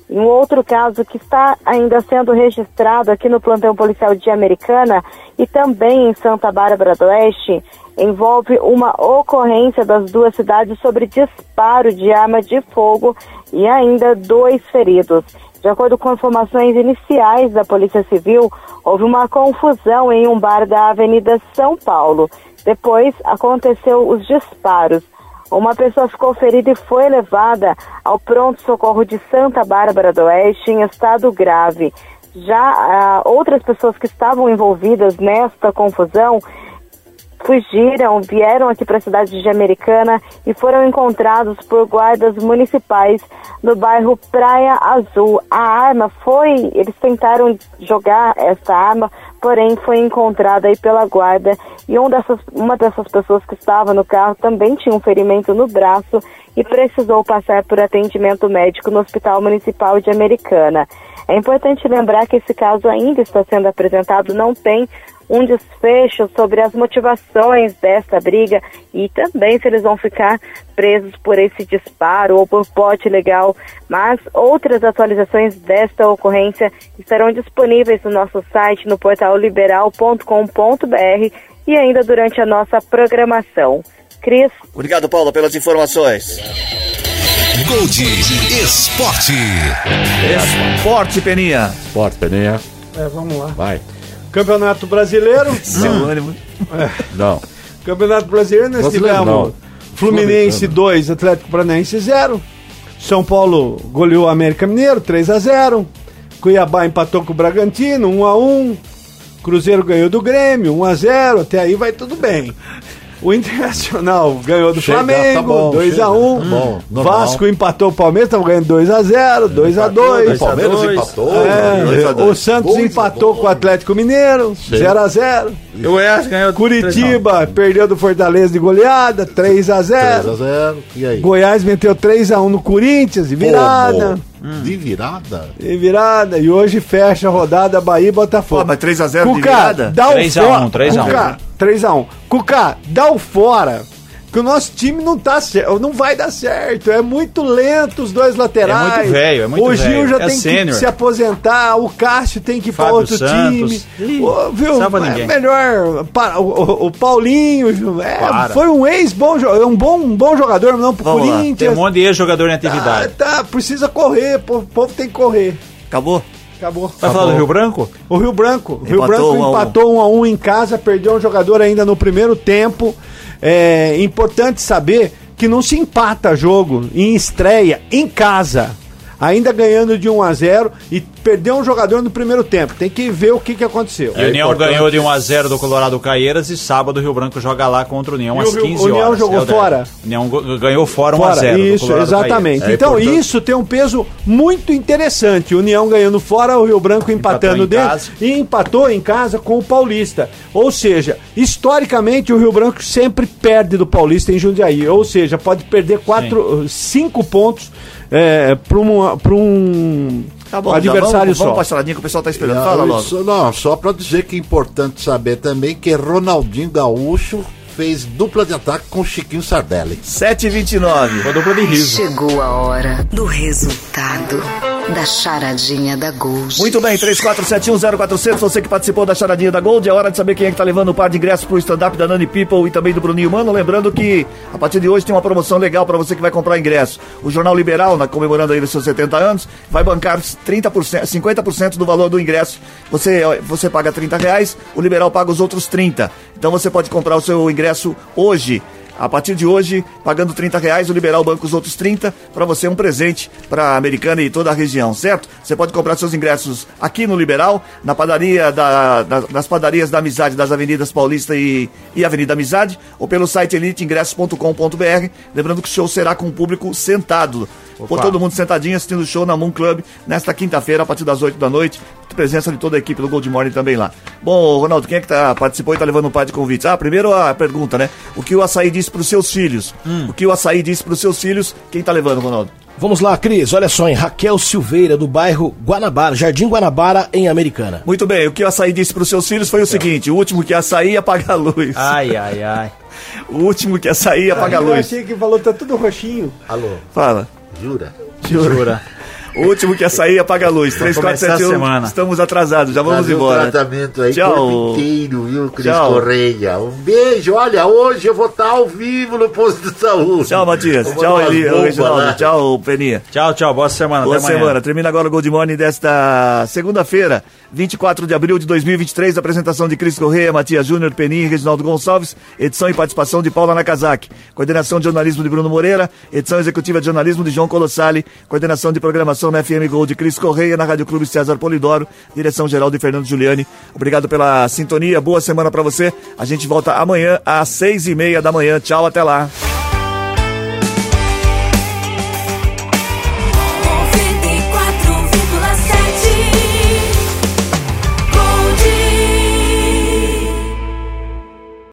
Speaker 8: Em um outro caso que está ainda sendo registrado aqui no plantão policial de Americana e também em Santa Bárbara do Oeste, envolve uma ocorrência das duas cidades sobre disparo de arma de fogo e ainda dois feridos. De acordo com informações iniciais da Polícia Civil, houve uma confusão em um bar da Avenida São Paulo. Depois aconteceu os disparos. Uma pessoa ficou ferida e foi levada ao pronto-socorro de Santa Bárbara do Oeste em estado grave. Já ah, outras pessoas que estavam envolvidas nesta confusão fugiram, vieram aqui para a cidade de Americana e foram encontrados por guardas municipais no bairro Praia Azul. A arma foi, eles tentaram jogar essa arma, porém foi encontrada aí pela guarda e um dessas, uma dessas pessoas que estava no carro também tinha um ferimento no braço e precisou passar por atendimento médico no Hospital Municipal de Americana. É importante lembrar que esse caso ainda está sendo apresentado, não tem um desfecho sobre as motivações desta briga e também se eles vão ficar presos por esse disparo ou por pote legal. Mas outras atualizações desta ocorrência estarão disponíveis no nosso site, no portal liberal.com.br e ainda durante a nossa programação. Cris.
Speaker 1: Obrigado, Paulo, pelas informações.
Speaker 7: Gold Esporte.
Speaker 1: Esporte, Peninha.
Speaker 5: Esporte, Peninha.
Speaker 4: É, vamos lá.
Speaker 5: Vai.
Speaker 4: Campeonato Brasileiro.
Speaker 1: Seu ânimo.
Speaker 5: Não.
Speaker 4: Campeonato Brasileiro, né, nós
Speaker 5: Brasileiro,
Speaker 4: tivemos
Speaker 5: não.
Speaker 4: um Fluminense
Speaker 5: Sul-Americano.
Speaker 4: 2, Atlético Paranaense 0. São Paulo goleou o América Mineiro 3 a 0. Cuiabá empatou com o Bragantino 1 a 1. Cruzeiro ganhou do Grêmio 1 a 0. Até aí vai tudo bem. O Internacional ganhou do
Speaker 5: Chega, tá
Speaker 4: Flamengo
Speaker 5: bom,
Speaker 4: 2 a
Speaker 5: chega,
Speaker 4: 1.
Speaker 5: tá bom, normal.
Speaker 4: Vasco empatou o Palmeiras, estava ganhando 2 a 0, 2 a 2.
Speaker 5: né?
Speaker 3: dois a
Speaker 2: Palmeiras
Speaker 3: dois.
Speaker 2: empatou.
Speaker 4: É,
Speaker 2: dois a dois.
Speaker 4: o Santos
Speaker 2: Coisa
Speaker 4: empatou
Speaker 2: boa.
Speaker 4: com o Atlético Mineiro 0 a 0.
Speaker 3: O Goiás ganhou.
Speaker 4: Curitiba perdeu do Fortaleza de goleada, 3 a 0.
Speaker 2: 3x0. E aí?
Speaker 4: Goiás meteu 3 a 1 no Corinthians, de virada.
Speaker 2: Como? De virada?
Speaker 4: E virada. E hoje fecha a rodada Bahia e
Speaker 1: Pô,
Speaker 4: Botafogo.
Speaker 1: mas 3x0 de
Speaker 4: Cuca,
Speaker 1: virada?
Speaker 4: dá o
Speaker 3: 3 a 1,
Speaker 4: fora.
Speaker 3: 3 a 1.
Speaker 4: Cuca, 3 a 1. Cuca, dá o fora. Que o nosso time não tá certo, não vai dar certo. É muito lento os dois laterais.
Speaker 3: É muito velho, é muito
Speaker 4: O Gil
Speaker 3: velho.
Speaker 4: já
Speaker 3: É
Speaker 4: tem que
Speaker 3: sênior.
Speaker 4: se aposentar, o Cássio tem que ir para
Speaker 3: Fábio
Speaker 4: outro
Speaker 3: Santos.
Speaker 4: time.
Speaker 3: Ih,
Speaker 4: Ô, viu?
Speaker 3: salva
Speaker 4: É
Speaker 3: ninguém.
Speaker 4: melhor para, o, o- o Paulinho, é,
Speaker 3: Para.
Speaker 4: foi um ex bom, jo- um bom, um bom jogador, mas não pro
Speaker 1: Vamos lá,
Speaker 3: Tem um
Speaker 4: Corinthians.
Speaker 3: monte de ex-jogador em atividade.
Speaker 4: tá, tá, precisa correr, o povo, o povo tem que correr.
Speaker 1: Acabou?
Speaker 4: Acabou.
Speaker 3: Vai falar do Rio Branco?
Speaker 4: O Rio Branco. O Rio
Speaker 1: Empatou
Speaker 4: Branco
Speaker 1: um a um.
Speaker 4: empatou 1 um a 1 um em casa, perdeu um jogador ainda no primeiro tempo. É importante saber que não se empata jogo em estreia, em casa. Ainda ganhando de 1 a 0 e perdeu um jogador no primeiro tempo. Tem que ver o que, que aconteceu.
Speaker 3: E o União ganhou de 1x0 do Colorado Caieiras e sábado o Rio Branco joga lá contra o União
Speaker 4: E
Speaker 3: às
Speaker 4: o Rio-
Speaker 3: 15 horas.
Speaker 4: o União jogou
Speaker 3: É o derby.
Speaker 4: fora?
Speaker 3: União go- ganhou fora 1x0.
Speaker 4: Fora, isso,
Speaker 3: tá
Speaker 4: exatamente.
Speaker 2: É,
Speaker 4: então,
Speaker 2: portanto-
Speaker 4: isso tem um peso muito interessante. União ganhando fora, o Rio Branco empatando
Speaker 3: em
Speaker 4: dentro
Speaker 3: casa.
Speaker 4: e empatou em casa com o Paulista. Ou seja, historicamente o Rio Branco sempre perde do Paulista em Jundiaí. Ou seja, pode perder quatro, cinco pontos para um, pra um
Speaker 1: Tá bom, já
Speaker 4: adversário
Speaker 1: vamos,
Speaker 4: só.
Speaker 1: Vamos pra choradinha que o pessoal tá
Speaker 2: E
Speaker 1: esperando.
Speaker 2: a-
Speaker 1: Fala logo.
Speaker 2: É, isso- não, só pra dizer que é importante saber também que Ronaldinho Gaúcho fez dupla de ataque com Chiquinho Sardelli.
Speaker 1: 7h29.
Speaker 3: Uma dupla de riso.
Speaker 6: Chegou a hora do resultado da charadinha da Gold.
Speaker 1: Muito bem, 34710400, você que participou da charadinha da Gold, é hora de saber quem é que tá levando o par de ingressos pro stand-up da Nani People e também do Bruninho Mano. Lembrando que a partir de hoje tem uma promoção legal para você que vai comprar ingresso. O Jornal Liberal, na, comemorando aí os seus 70 anos, vai bancar 30%, 50% do valor do ingresso. Você, ó, você paga 30 reais, o Liberal paga os outros 30. Então você pode comprar o seu ingresso hoje. A partir de hoje, pagando 30 reais, o Liberal banca os outros 30 para você um presente para a Americana e toda a região, certo? Você pode comprar seus ingressos aqui no Liberal, na padaria da, da- nas padarias da Amizade das Avenidas Paulista e, e Avenida Amizade, ou pelo site eliteingressos.com.br. Lembrando que o show será com o público sentado. Pô, todo mundo sentadinho assistindo o show na Moon Club nesta quinta-feira, a partir das 8 da noite. Presença de toda a equipe do Gold Morning também lá. Bom, Ronaldo, quem é que tá, participou e tá levando um par de convites? Ah, primeiro a pergunta, né? O que o açaí disse pros seus filhos?
Speaker 3: Hum.
Speaker 1: O que o açaí disse pros seus filhos? Quem tá levando, Ronaldo?
Speaker 10: Vamos lá, Cris. Olha só, em Raquel Silveira, do bairro Guanabara, Jardim Guanabara, em Americana.
Speaker 1: Muito bem, o que o açaí disse pros seus filhos foi o seguinte: o último que ia sair ia apagar a luz.
Speaker 3: É. Ai, ai, ai.
Speaker 1: O último que ia sair ia apagar a
Speaker 4: Eu
Speaker 1: luz.
Speaker 4: achei que falou, tá tudo roxinho.
Speaker 10: Alô.
Speaker 1: Fala.
Speaker 2: Jura?
Speaker 3: Jura.
Speaker 1: O último que ia sair ia apagar a luz.
Speaker 3: começar a
Speaker 1: 3471.
Speaker 3: semana.
Speaker 1: Estamos atrasados, já vamos
Speaker 2: Fazer um
Speaker 1: embora.
Speaker 2: tratamento aí
Speaker 1: Tchau.
Speaker 2: corpo inteiro, viu, Cris
Speaker 1: Tchau.
Speaker 2: Correia? Um beijo. Olha, hoje eu vou estar ao vivo no posto de saúde.
Speaker 1: Tchau, Matias.
Speaker 2: Eu vou
Speaker 1: Tchau,
Speaker 2: dar umas
Speaker 1: Eli,
Speaker 2: bombas
Speaker 1: Reginaldo.
Speaker 2: lá.
Speaker 1: Tchau, Peninha.
Speaker 3: Tchau, tchau. Boa semana.
Speaker 1: né? Boa
Speaker 3: até amanhã.
Speaker 1: semana. Termina agora o Gold Morning desta segunda-feira, 24 de abril de 2023. Apresentação de Cris Correia, Matias Júnior, Peninha e Reginaldo Gonçalves. Edição e participação de Paula Nakazaki. Coordenação de jornalismo de Bruno Moreira. Edição executiva de jornalismo de João Colossali. Coordenação de programação na FM Gold de Cris Correia, na Rádio Clube César Polidoro. Direção geral de Fernando Giuliani. Obrigado pela sintonia. Boa semana pra você. A gente volta amanhã às seis e meia da manhã. Tchau, até lá.